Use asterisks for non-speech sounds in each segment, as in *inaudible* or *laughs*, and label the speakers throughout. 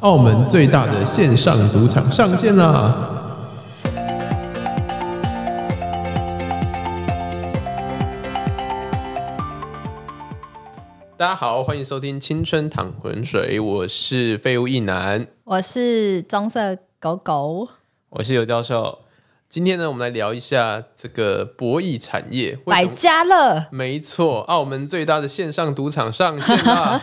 Speaker 1: 澳门最大的线上赌场上线啦！大家好，欢迎收听《青春淌浑水》，我是废物一男，
Speaker 2: 我是棕色狗狗。
Speaker 1: 我是尤教授。今天呢，我们来聊一下这个博弈产业。为
Speaker 2: 百
Speaker 1: 什么
Speaker 2: 家乐，
Speaker 1: 没错，澳门最大的线上赌场上线
Speaker 2: *laughs*
Speaker 1: 啦！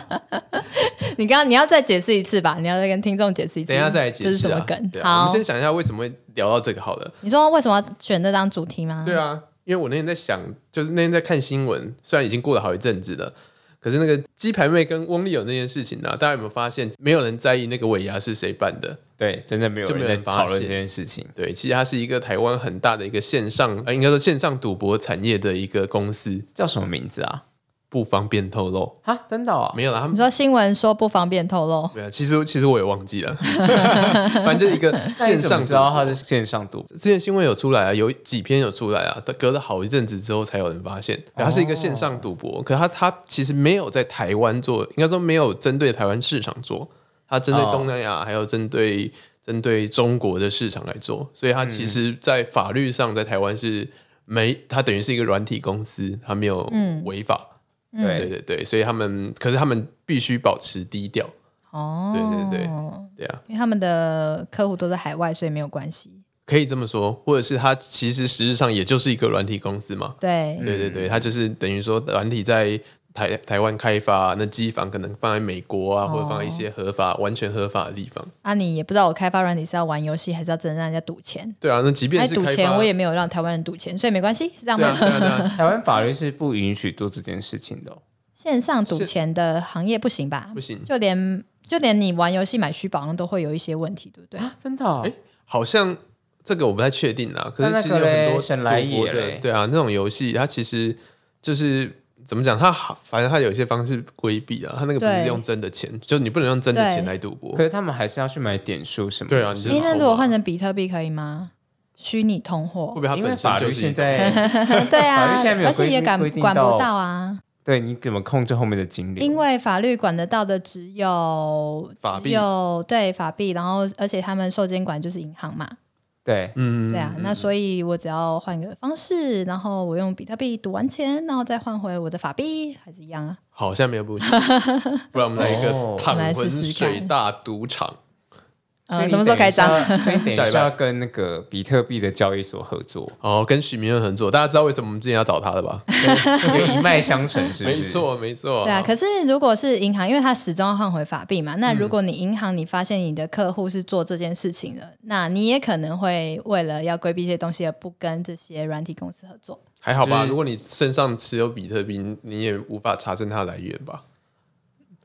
Speaker 2: 你刚刚你要再解释一次吧？你要再跟听众解释一次，
Speaker 1: 等一下再来解
Speaker 2: 这是
Speaker 1: 释
Speaker 2: 什
Speaker 1: 啊。
Speaker 2: 么梗？
Speaker 1: 对啊，
Speaker 2: 好
Speaker 1: 我们，先想一下为什么会聊到这个好了。
Speaker 2: 你说为什么要选这张主题吗？
Speaker 1: 对啊，因为我那天在想，就是那天在看新闻，虽然已经过了好一阵子了，可是那个鸡排妹跟翁立友那件事情呢、啊，大家有没有发现，没有人在意那个尾牙是谁办的？
Speaker 3: 对，真的没有
Speaker 1: 就没有
Speaker 3: 人在
Speaker 1: 人发
Speaker 3: 讨论
Speaker 1: 现
Speaker 3: 这件事情。
Speaker 1: 对，其实它是一个台湾很大的一个线上，呃，应该说线上赌博产业的一个公司，
Speaker 3: 叫什么名字啊？
Speaker 1: 不方便透露。
Speaker 3: 啊，真的哦，
Speaker 1: 没有啦，他
Speaker 2: 你
Speaker 1: 们
Speaker 2: 说新闻说不方便透露，
Speaker 1: 对啊，其实其实我也忘
Speaker 3: *laughs*
Speaker 1: 记了，反正就一个线上
Speaker 3: 知道它
Speaker 1: 赌
Speaker 3: 是线上赌博，
Speaker 1: 博之前新闻有出来啊，有几篇有出来啊，但隔了好一阵子之后才有人发现，它是一个线
Speaker 3: 哦
Speaker 1: 上赌博，可它它其实没有在台湾做，应该说没有针对台湾市场做，它针对
Speaker 3: 哦
Speaker 1: 东南亚，还有针对针对中国的市场来做，所以它
Speaker 3: 嗯
Speaker 1: 其实，在法律上在台湾是没，它等于是一个软体公司，它没有
Speaker 2: 嗯
Speaker 1: 违法，
Speaker 2: 嗯
Speaker 3: 对
Speaker 1: 对对对，所以他们，可是他们必须保持低调，
Speaker 2: 哦，
Speaker 1: 对对对对啊。
Speaker 2: 因为他们的客户都在海外，所以没有关系。
Speaker 1: 可以这么说，或者是它其实实质上也就是一个软体公司嘛。
Speaker 2: 对，
Speaker 1: 对对对，
Speaker 3: 嗯
Speaker 1: 它就是等于说软体在台台湾开发，那机房可能放在美国啊，
Speaker 2: 哦
Speaker 1: 或者放在一些合法、完全合法的地方。
Speaker 2: 啊，你也不知道我开发软体是要玩游戏，还是要真的让人家赌钱？
Speaker 1: 对啊，那即便
Speaker 2: 哎，
Speaker 1: 是
Speaker 2: 赌
Speaker 1: 开
Speaker 2: 钱
Speaker 1: 发，
Speaker 2: 我也没有让台湾人赌钱，所以没关系，是这样
Speaker 1: 对
Speaker 2: 吗？
Speaker 1: 啊对啊对啊，
Speaker 3: 台湾法律是不允许做这件事情的哦、
Speaker 2: 线上赌钱的行业不行吧
Speaker 1: 不？行，
Speaker 2: 就连就连你玩游戏买虚宝好像都会有一些问题，对不对？
Speaker 3: 真的、哦
Speaker 1: 哎好像这个我不太确定啊。可
Speaker 3: 那
Speaker 1: 是
Speaker 3: 那
Speaker 1: 其实有
Speaker 3: 个嘞
Speaker 1: 很多
Speaker 3: 沈来
Speaker 1: 赌博
Speaker 3: 也
Speaker 1: 的，
Speaker 3: 嘞
Speaker 1: 对啊，那种游戏它其实就是。怎么讲？它好反正它有一些方式规避啊，它那个不
Speaker 2: 对
Speaker 1: 是用真的钱，就你不能用真的
Speaker 2: 对
Speaker 1: 钱来赌博
Speaker 3: 可。是他们还是要去买点数什么的？
Speaker 1: 对啊你
Speaker 2: 诶，
Speaker 1: 是吧
Speaker 2: 那如果换成比特币可以吗？虚拟通
Speaker 1: 会不
Speaker 2: 货，
Speaker 1: 会它
Speaker 3: 因
Speaker 1: 本
Speaker 3: 为
Speaker 1: 身
Speaker 3: 法
Speaker 1: 就
Speaker 3: 律
Speaker 1: 是一
Speaker 3: 现
Speaker 1: 种
Speaker 3: *laughs* 在
Speaker 2: 对
Speaker 3: 法
Speaker 2: 啊
Speaker 3: 律现在没，有
Speaker 2: 而且
Speaker 3: 规
Speaker 2: 也
Speaker 3: 定
Speaker 2: 管
Speaker 3: 规定
Speaker 2: 管
Speaker 3: 到
Speaker 2: 不到啊，
Speaker 3: 对你怎么控制后面的金流？
Speaker 2: 因为法律管得到的只有
Speaker 1: 法
Speaker 2: 只
Speaker 1: 币？
Speaker 2: 有对法币，然后而且他们受监管就是银行嘛，
Speaker 3: 对
Speaker 1: 嗯，
Speaker 2: 对啊，那所以我只要换个方式，然后我用比特币赌完钱，然后再换回我的法币，还是一样啊。
Speaker 1: 好像没有不行，
Speaker 2: *laughs*
Speaker 1: 不然我们来一个
Speaker 3: 哦
Speaker 1: 淌
Speaker 2: 我们来
Speaker 1: 浑
Speaker 2: 试试
Speaker 1: 水
Speaker 2: 看
Speaker 1: 大赌场。
Speaker 3: 所以
Speaker 2: 呃，
Speaker 3: 你
Speaker 2: 什么时候开张？
Speaker 3: 等一下？ *laughs* 所以你等
Speaker 1: 下礼拜
Speaker 3: 一下要跟那个比特币的交易所合 *laughs* 作，
Speaker 1: 哦，跟许明恩合作，大家知道为什么我们之前要找他
Speaker 2: *laughs*
Speaker 1: 了吧？
Speaker 3: 那个一脉相承，是不是？
Speaker 1: 没，错，没错。
Speaker 2: 对啊，可是如果是银行，因为它始终要换回法币嘛，
Speaker 1: 嗯
Speaker 2: 那如果你银行你发现你的客户是做这件事情的，那你也可能会为了要规避一些东西而不跟这些软体公司合作。
Speaker 1: 还好吧？
Speaker 3: 就是
Speaker 1: 如果你身上持有比特币，你也无法查证它的来源吧？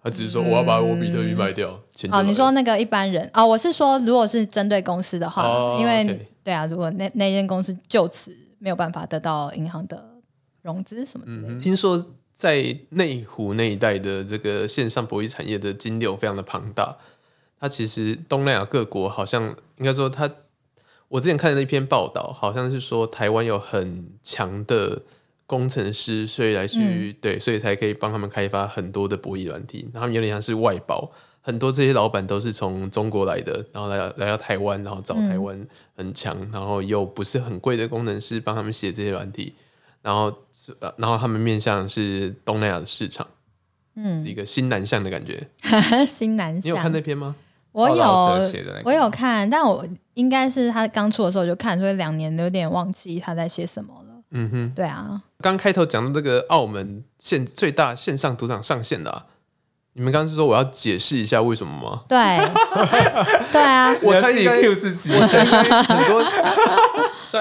Speaker 1: 他只是说我要把我比特币卖掉，钱
Speaker 2: 嗯
Speaker 1: 就
Speaker 2: 哦，
Speaker 1: 来了
Speaker 2: 你说那个一般人哦，我是说如果是针对公司的话，
Speaker 1: 哦
Speaker 2: 因为
Speaker 1: OK
Speaker 2: 对啊，如果那那间公司就此没有办法得到银行的融资什么之类的，
Speaker 1: 听说在内湖那一带的这个线上博弈产业的金流非常的庞大，它其实东南亚各国好像应该说它，我之前看的一篇报道，好像是说台湾有很强的工程师，所以来去、对，所以才可以帮他们开发很多的博弈软体，然后他们有点像是外包。很多这些老板都是从中国来的，然后来来到台湾，然后找台湾很强，然后又不是很贵的工程师帮他们写这些软体，然后是呃然后他们面向是东南亚的市场，是一个新南向的感觉。
Speaker 2: *laughs* 新南
Speaker 1: 你有看
Speaker 2: 向
Speaker 1: 那。篇吗？
Speaker 2: 我
Speaker 3: 报道哦者
Speaker 2: 有
Speaker 3: 写的那个
Speaker 2: 我有看，但我应该是他刚出的时候就看，所以两年有点忘记他在写什么了。
Speaker 1: 嗯哼，
Speaker 2: 对啊，
Speaker 1: 刚开头讲到这个澳门线最大线上赌场上线的、啊，你们刚刚是说我要解释一下为什么吗？
Speaker 2: *laughs* 对，对啊，
Speaker 1: 我猜应
Speaker 3: 自己
Speaker 1: 该，
Speaker 3: Q 自己，
Speaker 1: 我猜应该很 *laughs* 多下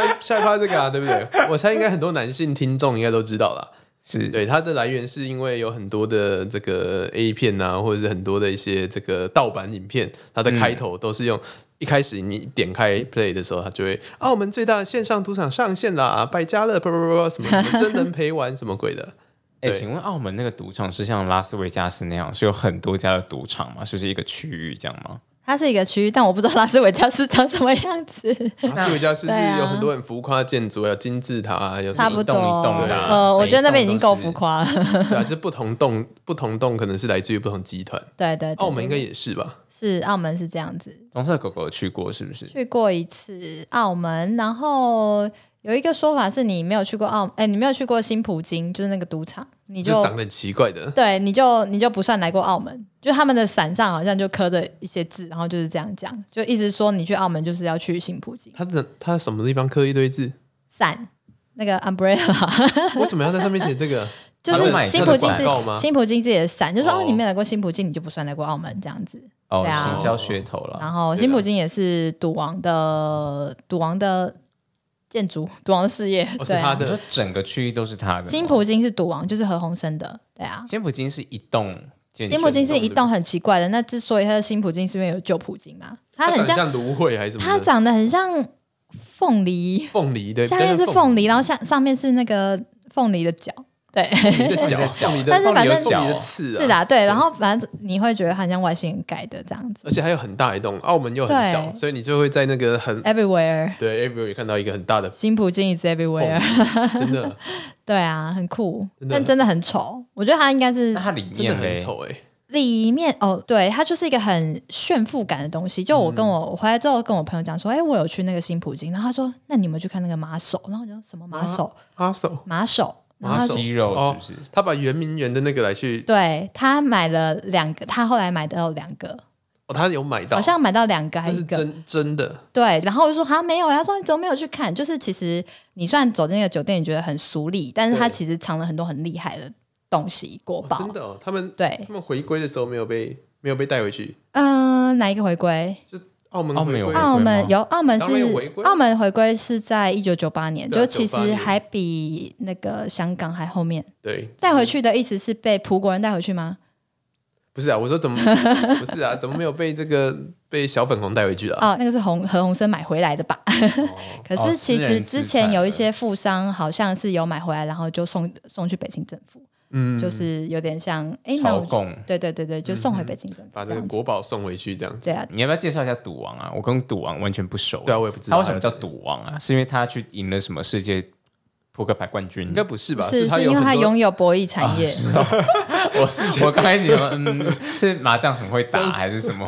Speaker 1: 一下一趴这个啊，对不对？我猜应该很多男性听众应该都知道啦。
Speaker 3: 是
Speaker 1: 对，它的来源是因为有很多的这个 A 片啊，或者是很多的一些这个盗版影片，它的
Speaker 2: 嗯
Speaker 1: 开头都是用、一开始你点开 Play 的时候，它就会澳门最大的线上赌场上线啦，百家乐，叭叭叭叭什么什么真人陪玩什么鬼
Speaker 2: *laughs*
Speaker 1: 的，
Speaker 3: 哎、
Speaker 1: 对
Speaker 3: 请问澳门那个赌场是像拉斯维加斯那样是有很多家的赌场吗？是不是一个区域这样吗？
Speaker 2: 它是一个区域，但我不知道拉斯维加斯长什么样子，
Speaker 1: 拉斯维加斯
Speaker 2: 对啊
Speaker 1: 是有很多很浮夸的建筑，有金字塔啊，有什
Speaker 2: 差
Speaker 1: 么
Speaker 2: 不多。
Speaker 3: 一栋一栋
Speaker 1: 的啊
Speaker 2: 呃，我觉得那边已经够
Speaker 3: 每一
Speaker 2: 浮
Speaker 3: 栋都是
Speaker 2: 夸了。
Speaker 1: 对啊，就是不同栋不同栋可能是来自于不同集团。
Speaker 2: 对对对，
Speaker 1: 澳门应该
Speaker 2: 对
Speaker 1: 也是吧？
Speaker 2: 是澳门是这样子，
Speaker 3: 棕色狗狗有去过是不是？
Speaker 2: 去过一次澳门，然后有一个说法是你没有去过澳，哎，你没有去过新葡京，就是那个赌场，你
Speaker 1: 就
Speaker 2: 就
Speaker 1: 长得很奇怪的，
Speaker 2: 对，你就你就不算来过澳门，就他们的伞上好像就刻着一些字，然后就是这样讲，就一直说你去澳门就是要去新葡京
Speaker 1: 他的他什么地方刻一堆字？
Speaker 2: 伞。那个 umbrella
Speaker 1: 为什么要在上面写这个？
Speaker 2: 就
Speaker 3: 他会
Speaker 2: 是
Speaker 3: 买
Speaker 2: 新
Speaker 3: 这
Speaker 2: 葡
Speaker 3: 个
Speaker 2: 京
Speaker 3: 广
Speaker 2: 自
Speaker 1: 告吗
Speaker 2: 新葡京自己的伞，就说哦
Speaker 1: 哦
Speaker 2: 你没有来过新葡京，你就不算来过澳门这样子。
Speaker 3: 哦，
Speaker 2: 对啊
Speaker 3: 行销噱头了。
Speaker 2: 然后
Speaker 3: 对啊
Speaker 2: 新葡京也是赌王的赌王的建筑，赌王的事业，
Speaker 1: 哦是
Speaker 2: 对啊
Speaker 1: 他
Speaker 3: 你
Speaker 1: 的
Speaker 3: 说整个区域都是它的吗。
Speaker 2: 新葡京是赌王，就是何鸿燊的，对啊。
Speaker 3: 新普京是一栋建筑，
Speaker 2: 新葡京是
Speaker 1: 对
Speaker 2: 一
Speaker 1: 不
Speaker 2: 栋很奇怪的，那之所以它的新葡京是因为有旧葡京嘛， *laughs* 它
Speaker 1: 长
Speaker 2: 很
Speaker 1: 得
Speaker 2: 像，
Speaker 1: 像芦荟还是什
Speaker 2: 它
Speaker 1: 么的？
Speaker 2: 长得很像凤梨，
Speaker 1: 凤梨对，
Speaker 2: 下面是
Speaker 1: 比较像
Speaker 2: 凤梨，然后下上面是那个凤梨的角，对，
Speaker 1: *laughs* 凤梨的脚，凤梨的
Speaker 2: 但是反正
Speaker 1: 凤梨的刺啊，
Speaker 2: 是的啊，对，然后反正你会觉得很像外星人盖的这样子
Speaker 1: 而且还有很大一栋，澳门又很小，
Speaker 2: 对
Speaker 1: 所以你就会在那个很
Speaker 2: ，everywhere，
Speaker 1: 对 everywhere 也看到一个很大的
Speaker 2: 新葡京 is
Speaker 1: 凤
Speaker 2: everywhere，
Speaker 1: 梨，真 *laughs* 的
Speaker 2: *laughs* 对啊，很酷，
Speaker 1: 真的
Speaker 2: 但真的很丑，我觉得它应该是
Speaker 3: 那它里
Speaker 1: 真的
Speaker 3: 面
Speaker 1: 很
Speaker 3: 嘞，
Speaker 1: 丑哎，
Speaker 2: 里面哦，对，它就是一个很炫富感的东西。就我
Speaker 1: 嗯
Speaker 2: 跟我、我回来之后跟我朋友讲说，哎、我有去那个新葡京，然后他说，那你们去看那个马首，然后我就说什么马首，
Speaker 1: 阿手，
Speaker 2: 马首，然后
Speaker 1: 马
Speaker 2: 他
Speaker 1: 首
Speaker 2: 说
Speaker 3: 肌肉
Speaker 1: 哦
Speaker 3: 是不是？
Speaker 1: 他把圆明园的那个来去，
Speaker 2: 对他买了两个，他后来买到两个，
Speaker 1: 哦，他有买到，
Speaker 2: 好像买到两个还
Speaker 1: 那
Speaker 2: 是
Speaker 1: 是
Speaker 2: 一个，
Speaker 1: 真真的，
Speaker 2: 对，然后我就说他没有，啊他说你怎么没有去看？就是其实你虽然走进那个酒店，你觉得很俗丽，但是它
Speaker 1: 对
Speaker 2: 其实藏了很多很厉害的东西，国
Speaker 1: 哦
Speaker 2: 宝，
Speaker 1: 真的哦，他们
Speaker 2: 对，
Speaker 1: 他们回归的时候没有被没有被带回去，
Speaker 2: 嗯、哪一个回归？
Speaker 1: 澳门
Speaker 3: 澳门
Speaker 1: 回
Speaker 3: 有
Speaker 1: 归
Speaker 3: 回归
Speaker 2: 澳门
Speaker 3: 吗
Speaker 2: 有澳门是
Speaker 1: 当然有回归
Speaker 2: 澳门回归是在一九九八年，
Speaker 1: 对啊
Speaker 2: 就其
Speaker 1: 98
Speaker 2: 实
Speaker 1: 年
Speaker 2: 还比那个香港还后面。
Speaker 1: 对
Speaker 2: 哦带回去的意思是被葡国人带回去吗？
Speaker 1: 不是啊，我说怎么 *laughs* 不是啊，怎么没有被这个被小粉红带回去啊？
Speaker 2: 哦，那个是红何鸿燊买回来的吧？
Speaker 1: 哦
Speaker 2: *laughs* 可
Speaker 3: 哦
Speaker 2: 是其
Speaker 3: 私
Speaker 2: 实
Speaker 3: 人
Speaker 2: 之
Speaker 3: 资
Speaker 2: 前
Speaker 3: 产
Speaker 2: 有一
Speaker 3: 的
Speaker 2: 些富商好像是有买回来，然后就送送去北京政府，
Speaker 1: 嗯，
Speaker 2: 就是有点像哎，那
Speaker 3: 朝
Speaker 2: 我就
Speaker 3: 贡。
Speaker 2: 对对对对，就送回北京政府
Speaker 1: 嗯把
Speaker 2: 这
Speaker 1: 这个
Speaker 2: 样子。
Speaker 1: 国宝送回去这样子。
Speaker 2: 对啊，
Speaker 3: 你要不要介绍一下赌王啊？我跟赌王完全不熟。
Speaker 1: 对啊，我也不知
Speaker 3: 他
Speaker 1: 道
Speaker 3: 为什么叫赌王啊？是因为他去赢了什么世界扑克牌冠军
Speaker 1: 应？该不是吧？
Speaker 2: 啊是
Speaker 1: 他
Speaker 2: 是因为他
Speaker 1: 很多啊
Speaker 2: 拥有博弈产业，
Speaker 3: 我是我刚开始以为嗯，是麻将很
Speaker 1: *laughs*
Speaker 3: 会打还是什么？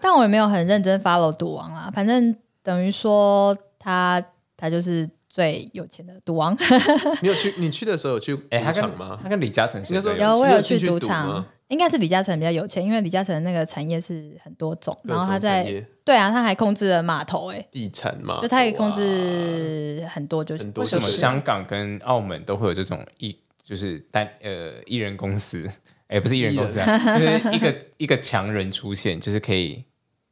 Speaker 2: 但我也没有很认真 follow 赌王啦，反正等于说他他就是最有钱的赌王。
Speaker 1: *laughs* 啊
Speaker 2: *laughs*
Speaker 1: 你有去？你去的时候有去赌
Speaker 3: 哎，他
Speaker 1: 场
Speaker 3: 跟
Speaker 1: 吗？
Speaker 3: 他跟李嘉诚是
Speaker 1: 应该说
Speaker 3: 有
Speaker 2: 有，我
Speaker 1: 你有
Speaker 2: 有
Speaker 1: 进
Speaker 2: 去
Speaker 1: 去
Speaker 2: 赌
Speaker 1: 赌
Speaker 2: 场
Speaker 1: 吗，
Speaker 2: 应该是李嘉诚比较有钱，因为李嘉诚的那个产业是很多种，然后他
Speaker 1: 各种
Speaker 2: 在
Speaker 1: 产业
Speaker 2: 对啊，他还控制了码头、欸，
Speaker 1: 地产嘛，
Speaker 2: 就他也控制很多，就是
Speaker 1: 很多
Speaker 3: 为什么
Speaker 1: 就是
Speaker 3: 香港跟澳门都会有这种一就是单呃一人公司？哎、不是一人公司啊，就是一个一个强人出现，就是可以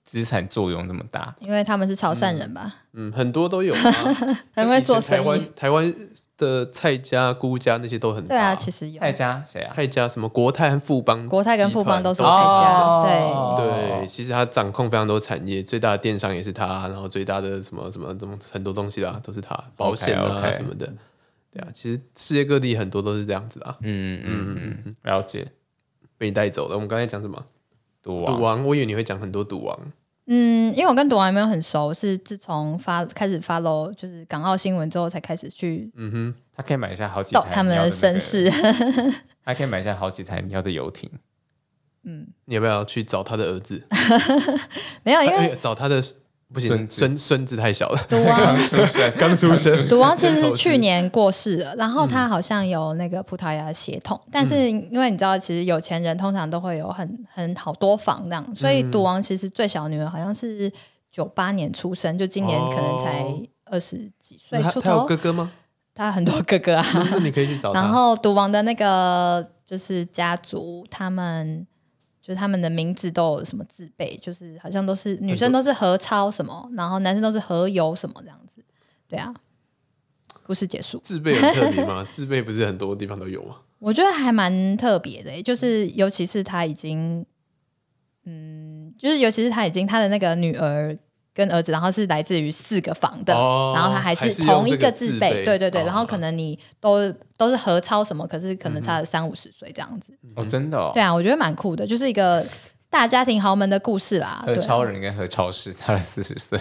Speaker 3: 资产作用这么大。
Speaker 2: 因为他们是潮汕人吧？
Speaker 1: 嗯，很多都有啊，
Speaker 2: *laughs* 很会做
Speaker 1: 以前台
Speaker 2: 生
Speaker 1: 湾台湾的蔡家、辜家那些都很大
Speaker 2: 对啊，其实有
Speaker 3: 蔡家谁啊？
Speaker 1: 蔡家什么国泰和富邦集团，
Speaker 2: 国泰跟富邦都是蔡
Speaker 1: 哦
Speaker 2: 家，
Speaker 3: 哦
Speaker 1: 对，其实他掌控非常多产业，最大的电商也是他，然后最大的什么什么什么很多东西啦，都是他，保险啊
Speaker 3: OK，OK
Speaker 1: 什么的。对啊，其实世界各地很多都是这样子啊，
Speaker 3: 嗯嗯嗯嗯，了解。
Speaker 1: 被你带走的。我们刚才讲什么？
Speaker 3: 赌
Speaker 1: 赌
Speaker 3: 王，
Speaker 1: 王，我以为你会讲很多赌王。
Speaker 2: 嗯，因为我跟赌王也没有很熟，是自从发开始 follow 就是港澳新闻之后，才开始去
Speaker 1: 嗯哼，
Speaker 3: 他可以买下好几
Speaker 2: stalk
Speaker 3: 台
Speaker 2: 他们
Speaker 3: 你要
Speaker 2: 的
Speaker 3: 的
Speaker 2: 身
Speaker 3: 那个，
Speaker 2: 世。
Speaker 3: 他可以买下好几台你要的游艇。
Speaker 2: 嗯，
Speaker 1: 你要不要去找他的儿子？
Speaker 2: 没有，因
Speaker 1: *laughs* 哎
Speaker 2: 为
Speaker 1: 呀找他的不行，
Speaker 3: 孙子
Speaker 1: 孙孙子
Speaker 2: *laughs*
Speaker 1: 太小了。 *laughs*
Speaker 2: 赌王
Speaker 3: 出生，刚出生
Speaker 2: 赌王其实
Speaker 1: 投
Speaker 2: 是
Speaker 1: 资
Speaker 2: 去年过世了，然后
Speaker 1: 嗯
Speaker 2: 他好像有那个葡萄牙的血统，但是因为你知道，其实有钱人通常都会有很很好多房那样，所以
Speaker 1: 嗯
Speaker 2: 赌王其实最小的女儿好像是九八年出生，就今年可能才
Speaker 1: 哦
Speaker 2: 二十几岁
Speaker 1: 那他
Speaker 2: 出
Speaker 1: 他有
Speaker 2: 头
Speaker 1: 哥，哥
Speaker 2: *laughs*
Speaker 1: 吗？
Speaker 2: 他很多哥哥啊。
Speaker 1: 那那你可以去找
Speaker 2: 然
Speaker 1: 他。
Speaker 2: 后赌王的那个就是家族，他们就是他们的名字都有什么字辈，就是好像都是女生都是何超什么，然后男生都是何由什么这样子。对啊，故事结束。
Speaker 1: 自备很特别吗？ *laughs* 自备不是很多地方都有
Speaker 2: *laughs*
Speaker 1: 吗？
Speaker 2: 我觉得还蛮特别的欸、就是尤其是他已经，嗯，就是尤其是他已经他的那个女儿跟儿子，然后是来自于四个房的，
Speaker 1: 哦
Speaker 2: 然后他还
Speaker 1: 还
Speaker 2: 是
Speaker 1: 是
Speaker 2: 同一
Speaker 1: 用这个
Speaker 2: 字
Speaker 1: 字
Speaker 2: 辈，
Speaker 1: 辈
Speaker 2: 对对对，
Speaker 1: 哦嗯
Speaker 2: 然后可能你都都是合抄什么，可是可能差了三五十岁这样子，
Speaker 3: 哦，真的哦。
Speaker 2: 对啊，我觉得蛮酷的，就是一个大家庭豪门的故事啦。
Speaker 3: 何
Speaker 2: 对，
Speaker 3: 超人跟何超市差了四十岁，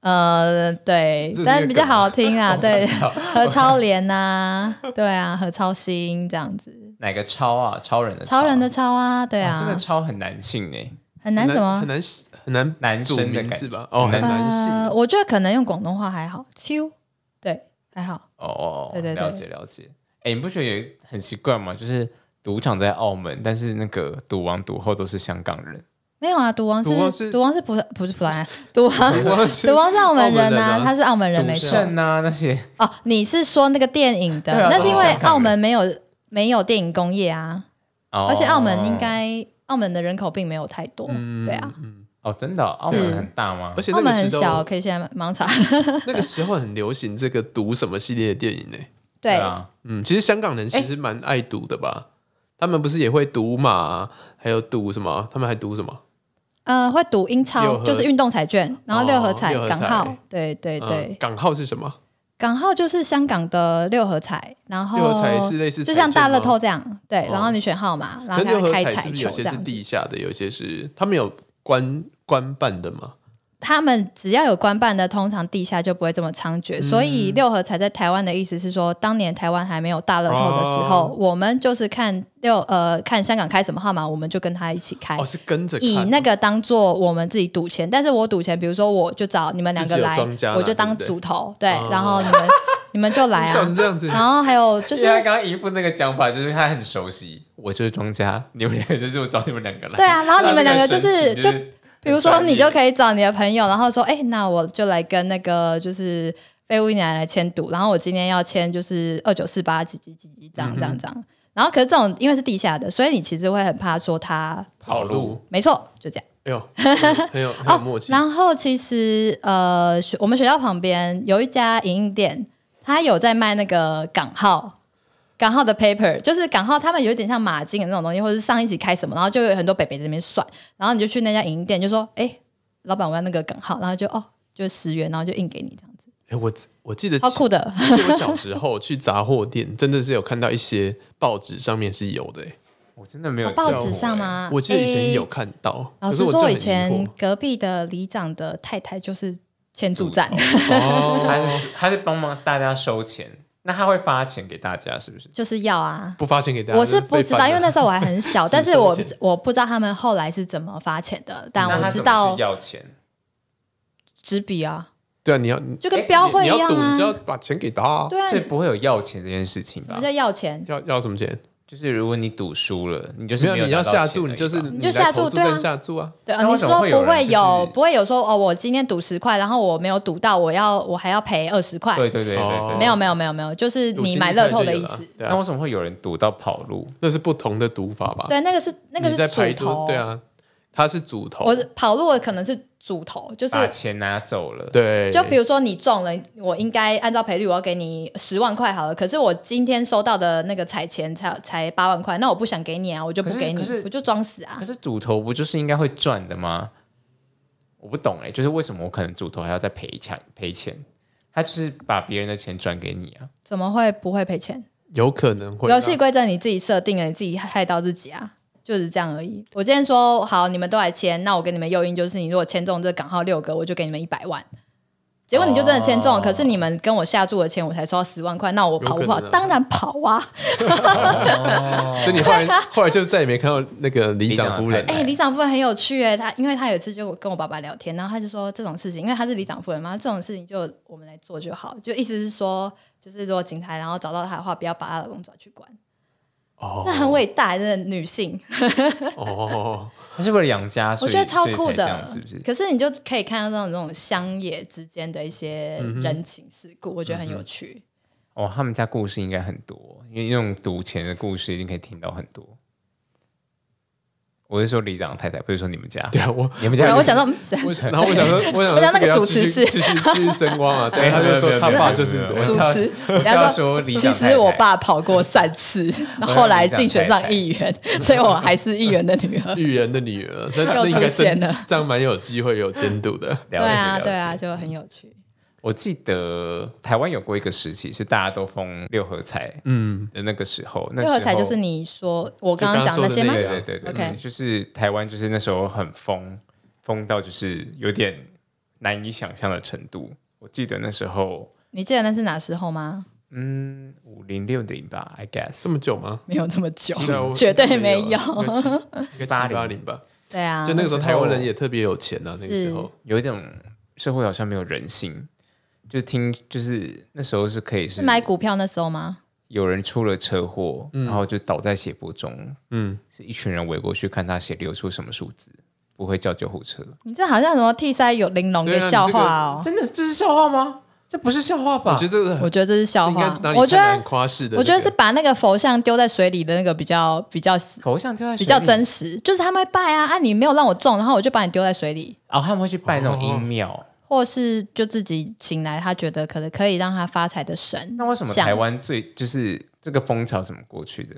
Speaker 2: 呃，对
Speaker 1: 这是，一
Speaker 2: 但
Speaker 1: 个
Speaker 2: 比较
Speaker 1: 梗吗
Speaker 2: 好听
Speaker 1: *laughs*
Speaker 2: 啊，对，
Speaker 3: 好
Speaker 2: 何超莲呐、对啊，何超星这
Speaker 1: *laughs*
Speaker 2: 样子，
Speaker 3: 哪个超啊？超人的
Speaker 2: 超人的
Speaker 3: 超
Speaker 2: 超啊，对
Speaker 3: 哇
Speaker 2: 啊
Speaker 3: 这，个超很男性哎，
Speaker 2: 很难什么
Speaker 1: 很？难很难
Speaker 3: 男
Speaker 1: 组
Speaker 3: 生的
Speaker 1: 名
Speaker 3: 感
Speaker 1: 字
Speaker 3: 觉
Speaker 1: 吧？哦，
Speaker 3: 很
Speaker 1: 很难姓
Speaker 2: 呃，我觉得可能用广东话还好，Q，对，还好，
Speaker 3: 哦哦，哦
Speaker 2: 对对对
Speaker 3: 了解了解。哎，你不觉得也很奇怪吗？就是赌场在澳门，但是那个赌王赌后都是香港人，
Speaker 2: 没有啊，赌王
Speaker 1: 赌王
Speaker 2: 是
Speaker 1: 是
Speaker 2: 赌王是葡不是葡萄牙， *laughs* 赌王
Speaker 1: 我忘记
Speaker 2: 赌王是澳门人
Speaker 1: 澳门人啊
Speaker 2: 呐、他是澳门人
Speaker 3: 赌
Speaker 2: 没错。
Speaker 3: 圣啊那些，
Speaker 2: 哦，你是说那个电影的？
Speaker 3: 对啊
Speaker 2: 那是因
Speaker 3: 我是
Speaker 2: 为
Speaker 3: 想看
Speaker 2: 澳门没有没有电影工业啊，
Speaker 3: 而
Speaker 2: *laughs*
Speaker 1: 哦
Speaker 2: 而且澳门应该澳门的人口并没有太多，
Speaker 1: 嗯
Speaker 2: 对啊。
Speaker 1: 嗯，
Speaker 3: 哦真的哦澳
Speaker 2: 是
Speaker 3: 门很大吗
Speaker 1: 而？且
Speaker 2: 澳
Speaker 1: 那
Speaker 2: 门
Speaker 1: 个
Speaker 2: 很
Speaker 1: 时
Speaker 2: 小，
Speaker 1: 候
Speaker 2: 可以现在盲查。
Speaker 1: *laughs* 那个时候很流行这个赌什么系列的电影呢？
Speaker 2: 对，
Speaker 3: 啊，
Speaker 1: 嗯，其实香港人其实蛮爱赌的吧？他们不是也会赌马啊，还有赌什么？啊他们还赌什么？
Speaker 2: 呃，会赌英
Speaker 1: 六
Speaker 2: 超，
Speaker 1: 合
Speaker 2: 就是运动彩券，然后六合彩
Speaker 1: 哦六、合彩
Speaker 2: 港号，对对
Speaker 1: 嗯
Speaker 2: 对，
Speaker 1: 港号是什么？
Speaker 2: 港号就是香港的六合彩，然
Speaker 1: 六合彩
Speaker 2: 后
Speaker 1: 是类似
Speaker 2: 哦就像大乐透
Speaker 1: 彩
Speaker 2: 这样，对，然后你选号码，然
Speaker 1: 券吗，
Speaker 2: 后
Speaker 1: 哦可是六
Speaker 2: 它
Speaker 1: 合
Speaker 2: 开
Speaker 1: 彩
Speaker 2: 彩
Speaker 1: 是不是
Speaker 2: 球
Speaker 1: 有
Speaker 2: 这
Speaker 1: 些
Speaker 2: 样
Speaker 1: 是
Speaker 2: 子。
Speaker 1: 地下的，有些是他们有官官办的吗？
Speaker 2: 他们只要有官办的，通常地下就不会这么猖
Speaker 1: 嗯
Speaker 2: 獗。所以六合彩在台湾的意思是说，当年台湾还没有大乐透的时候，
Speaker 1: 哦
Speaker 2: 我们就是看六呃看香港开什么号码，我们就跟他一起开。
Speaker 1: 哦，是跟着看
Speaker 2: 以那个当做我们自己赌钱，但是我赌钱，比如说我就找你们两个
Speaker 1: 自己有
Speaker 2: 来
Speaker 1: 庄家，啦
Speaker 2: 我就当
Speaker 1: 对不对
Speaker 2: 主头，对，
Speaker 1: 哦
Speaker 2: 然后你们你们就
Speaker 1: *laughs*
Speaker 2: 来
Speaker 1: 笑
Speaker 2: 啊
Speaker 1: 成，这
Speaker 2: *laughs*
Speaker 1: 样子，
Speaker 2: 然后还有就
Speaker 1: *laughs*
Speaker 3: 就是是他刚刚一副那个讲法，就是他很熟悉，我就是庄家，你们两个就是我找你们两个来。
Speaker 2: 对啊，然后你们两个就
Speaker 3: 他那
Speaker 2: 是
Speaker 3: 神情
Speaker 2: 就
Speaker 3: 就是
Speaker 2: 比如说，你就
Speaker 3: 以
Speaker 2: 可以找你的朋友，然后说，哎、那我就来跟那个就是废物一奶来签赌，然后我今天要签就是二九四八几几几几这样这样这样。然后可是这种因为是地下的，所以你其实会很怕说他
Speaker 1: 跑路，
Speaker 2: 没错，就这样。
Speaker 1: 哎
Speaker 2: *laughs*
Speaker 1: 呦，很有很有默
Speaker 2: 哦
Speaker 1: 契。
Speaker 2: 然后其实呃，学我们学校旁边有一家影印店，它有在卖那个港号。港号的 paper 就是港号，他们有点像马竞的那种东西，或者是上一集开什么，然后就有很多北北在那边算，然后你就去那家影印店就说：“哎、老板，我要那个港号。”然后就哦，就十元，然后就印给你这样子，
Speaker 1: 哎，我我记得
Speaker 2: 超酷的。
Speaker 1: 我记得我小时候去杂货店，真的是有看到一些报纸上面是有的、欸
Speaker 3: 我真的没有
Speaker 2: 报
Speaker 3: 跳过
Speaker 2: 纸上？吗？
Speaker 1: 我记得以前
Speaker 2: 啊诶
Speaker 1: 有看到。
Speaker 2: 老实
Speaker 1: 可是我
Speaker 2: 说，
Speaker 1: 就
Speaker 2: 我
Speaker 1: 很
Speaker 2: 以
Speaker 1: 疑
Speaker 2: 前
Speaker 1: 惑
Speaker 2: 隔壁的里长的太太就是签住站，
Speaker 3: *laughs* 欸他
Speaker 1: 哦，
Speaker 3: 是他是帮忙大家收钱，那他会发钱给大家是不
Speaker 2: *laughs*
Speaker 3: 是？
Speaker 2: 就是要啊，
Speaker 1: 不发钱给大家，
Speaker 2: 我是不知道，因为那时候我还很小，但是
Speaker 1: 收
Speaker 2: 我
Speaker 1: 钱
Speaker 2: 我不知道他们后来是怎么发钱的，但
Speaker 3: 那
Speaker 2: 啊我
Speaker 3: 他
Speaker 2: 知
Speaker 3: 怎么
Speaker 2: 道
Speaker 3: 是要钱，
Speaker 2: 纸笔啊，
Speaker 1: 对啊，你要
Speaker 2: 就跟标会
Speaker 1: 你
Speaker 2: 一
Speaker 1: 要
Speaker 2: 样
Speaker 1: 赌，你就要
Speaker 2: 啊。
Speaker 1: 把钱给他啊、
Speaker 2: 对啊，
Speaker 3: 所以
Speaker 2: 什
Speaker 3: 不会有要钱这件事情吧
Speaker 2: 么？叫要钱？
Speaker 1: 要要什么钱？
Speaker 3: 就是如果你赌输了，你就是
Speaker 1: 没有，
Speaker 3: 有
Speaker 1: 你要
Speaker 3: 拿到
Speaker 1: 下
Speaker 3: 钱
Speaker 1: 注，
Speaker 3: 而已
Speaker 1: 你就是
Speaker 3: 吧
Speaker 2: 你就
Speaker 1: 来
Speaker 2: 下注
Speaker 1: 投注
Speaker 2: 对啊
Speaker 1: 站下注啊。
Speaker 2: 对，呃
Speaker 3: 那
Speaker 2: 你
Speaker 3: 为什么
Speaker 2: 说
Speaker 3: 会有
Speaker 2: 不
Speaker 3: 人
Speaker 2: 会
Speaker 3: 就是
Speaker 2: 有不会有说哦，我今天赌十块，然后我没有赌到，我要我还要赔二十块？
Speaker 3: 对对对对
Speaker 1: 哦
Speaker 3: 对。
Speaker 2: 没有没有没有没有，就是
Speaker 1: 赌
Speaker 2: 你
Speaker 1: 金
Speaker 2: 买
Speaker 1: 一开
Speaker 2: 乐透
Speaker 1: 就
Speaker 2: 的
Speaker 1: 有
Speaker 2: 意
Speaker 1: 了啊
Speaker 2: 思。
Speaker 1: 对
Speaker 3: 那
Speaker 1: 啊
Speaker 3: 为，什么会有人赌到跑路？
Speaker 1: 那是不同的赌法吧？
Speaker 2: 对，那个是那个
Speaker 1: 你在
Speaker 2: 是
Speaker 1: 牌
Speaker 2: 主头
Speaker 1: 桌，，对，啊，他是主头，
Speaker 2: 我是跑路的可能是主头，就是
Speaker 3: 把钱拿走了，
Speaker 1: 对，
Speaker 2: 就比如说你中了，我应该按照赔率，我要给你十万块好了。可是我今天收到的那个彩钱才才八万块，那我不想给你啊，我就不给你
Speaker 3: 可是可，是
Speaker 2: 我就装死啊
Speaker 3: 可。是主头不就是应该会赚的吗？我不懂哎、就是为什么我可能主头还要再赔钱赔钱？他就是把别人的钱转给你啊，
Speaker 2: 怎么会不会赔钱？
Speaker 1: 有可能会
Speaker 2: *laughs* 游戏
Speaker 1: 啊
Speaker 2: 规则你自己设定了，你自己害到自己啊，就是这样而已。我今天说好，你们都来签，那我给你们诱因就是，你如果签中这港号六个，我就给你们一百万。结果你就真的签中了，
Speaker 3: 哦
Speaker 2: 可是你们跟我下注的钱，我才收到十万块，那我跑不
Speaker 1: 有
Speaker 2: 跑？
Speaker 1: 可能啊
Speaker 2: 当然跑啊！
Speaker 1: 所以你
Speaker 2: *laughs*
Speaker 1: 后来后来就再也没看到那个里
Speaker 3: 里长
Speaker 1: 长
Speaker 3: 的
Speaker 1: 夫
Speaker 3: 太
Speaker 1: 人
Speaker 3: 太
Speaker 2: 哎、里长夫人很有趣哎，他因为他有一次就跟我爸爸聊天，然后他就说这种事情，因为他是里长夫人嘛，这种事情就我们来做就好，就意思是说，就是如果警察然后找到他的话，不要把她老公抓去关，
Speaker 1: 哦
Speaker 2: 这很伟大的女性，
Speaker 1: 哦，
Speaker 3: 他是为了养家，
Speaker 2: 我
Speaker 3: 所以
Speaker 2: 觉得超
Speaker 3: 所
Speaker 2: 酷
Speaker 3: 以才这
Speaker 2: 的
Speaker 3: 样，是不是？
Speaker 2: 可是你就可以看到那种这种乡野之间的一些
Speaker 3: 嗯
Speaker 2: 人情世故，我觉得很有趣。
Speaker 3: 哦，他们家故事应该很多，因为那种赌钱的故事一定可以听到很多。我是说里长太太，不是说你们家。
Speaker 1: 对啊，我
Speaker 3: 你们
Speaker 2: 对，
Speaker 3: 家
Speaker 2: 我想说，嗯是
Speaker 1: 我想，然后我想说，我想
Speaker 2: 我
Speaker 1: 说
Speaker 2: 想那个
Speaker 1: 这要
Speaker 2: 主持
Speaker 1: 继续
Speaker 2: 是
Speaker 1: 继续继续深挖
Speaker 3: *laughs*
Speaker 1: 嘛，对，
Speaker 3: 没有
Speaker 1: 他
Speaker 3: 没
Speaker 1: 就
Speaker 3: 有没
Speaker 1: 说
Speaker 3: 有
Speaker 1: 他
Speaker 3: 没有
Speaker 1: 爸
Speaker 3: 没有
Speaker 1: 就是
Speaker 3: 没有
Speaker 1: 我
Speaker 3: 我
Speaker 2: 主
Speaker 1: 想
Speaker 3: 是要
Speaker 2: 持，
Speaker 3: 我
Speaker 2: 人
Speaker 3: 是
Speaker 2: 家
Speaker 3: 要说里
Speaker 2: 其
Speaker 3: 长太
Speaker 2: 实
Speaker 3: 太
Speaker 2: 我爸跑过三
Speaker 3: *laughs*
Speaker 2: 次，然后后来竞选上议员，所以我还是议员的女
Speaker 3: *laughs*
Speaker 2: 儿。
Speaker 1: 预言的女儿，那
Speaker 2: *laughs* 又
Speaker 1: 那应该
Speaker 2: 出现
Speaker 1: 真
Speaker 2: 了
Speaker 1: 这样蛮有机会有监督的。
Speaker 3: 了解
Speaker 2: 对啊，
Speaker 3: 了
Speaker 2: 对啊，
Speaker 3: 解
Speaker 2: 就很有趣。
Speaker 3: 我记得台湾有过一个时期是大家都封六合彩
Speaker 1: 嗯，
Speaker 3: 的那个时候，那
Speaker 2: 六合
Speaker 3: 时
Speaker 2: 彩就
Speaker 3: 候
Speaker 2: 是你说我刚刚讲那些
Speaker 1: 就
Speaker 2: 吗
Speaker 1: 刚刚说的那？
Speaker 3: 对
Speaker 1: 个
Speaker 3: 对对对
Speaker 2: OK
Speaker 3: 嗯就是台湾就是那时候很疯，疯到就是有点难以想象的程度。我记得那时候，
Speaker 2: 你记得那是哪时候吗？
Speaker 3: 嗯，五零六零吧，I
Speaker 1: 这
Speaker 3: guess，
Speaker 1: 么久吗？
Speaker 2: *laughs* 没有这么久
Speaker 1: 是啊我
Speaker 2: 绝对没
Speaker 1: 没啊
Speaker 2: 有。
Speaker 1: 应该
Speaker 3: 80
Speaker 1: 七八零吧？
Speaker 2: *laughs* 对啊
Speaker 1: 就，那个时候，
Speaker 3: 那时候
Speaker 1: 台湾人也特别有钱啊，那个时候。
Speaker 3: 有一种社会好像没有人性。就听，就是那时候是可以
Speaker 2: 是
Speaker 3: 是
Speaker 2: 买股票那时候吗？
Speaker 3: 有人出了车祸，然后就倒在血泊中，
Speaker 1: 嗯，
Speaker 3: 是一群人围过去看他血流出什么数字，不会叫救护车。
Speaker 2: 你这好像什么替塞有玲珑的
Speaker 1: 对啊你
Speaker 2: 笑
Speaker 1: 这个
Speaker 2: 话哦。
Speaker 3: 真的这是笑话吗？这不是笑话吧？
Speaker 1: 我觉得这个
Speaker 2: 我觉得这是笑
Speaker 1: 这应该
Speaker 2: 话
Speaker 1: 哪，里
Speaker 2: 我觉
Speaker 1: 看来很
Speaker 2: 得
Speaker 1: 夸饰的那个，
Speaker 2: 我觉得是把那个佛像丢在水里的那个比较比较
Speaker 3: 头像丢在
Speaker 2: 比
Speaker 3: 水里
Speaker 2: 较真实，就是他们会拜啊，啊你没有让我中，然后我就把你丢在水里，
Speaker 3: 哦，他们会去拜那种
Speaker 1: 哦
Speaker 3: 阴庙。
Speaker 2: 或是就自己请来他觉得可能可以让他发财的神。
Speaker 3: 那为什么
Speaker 2: 像
Speaker 3: 台湾最就是这个风潮怎么过去的？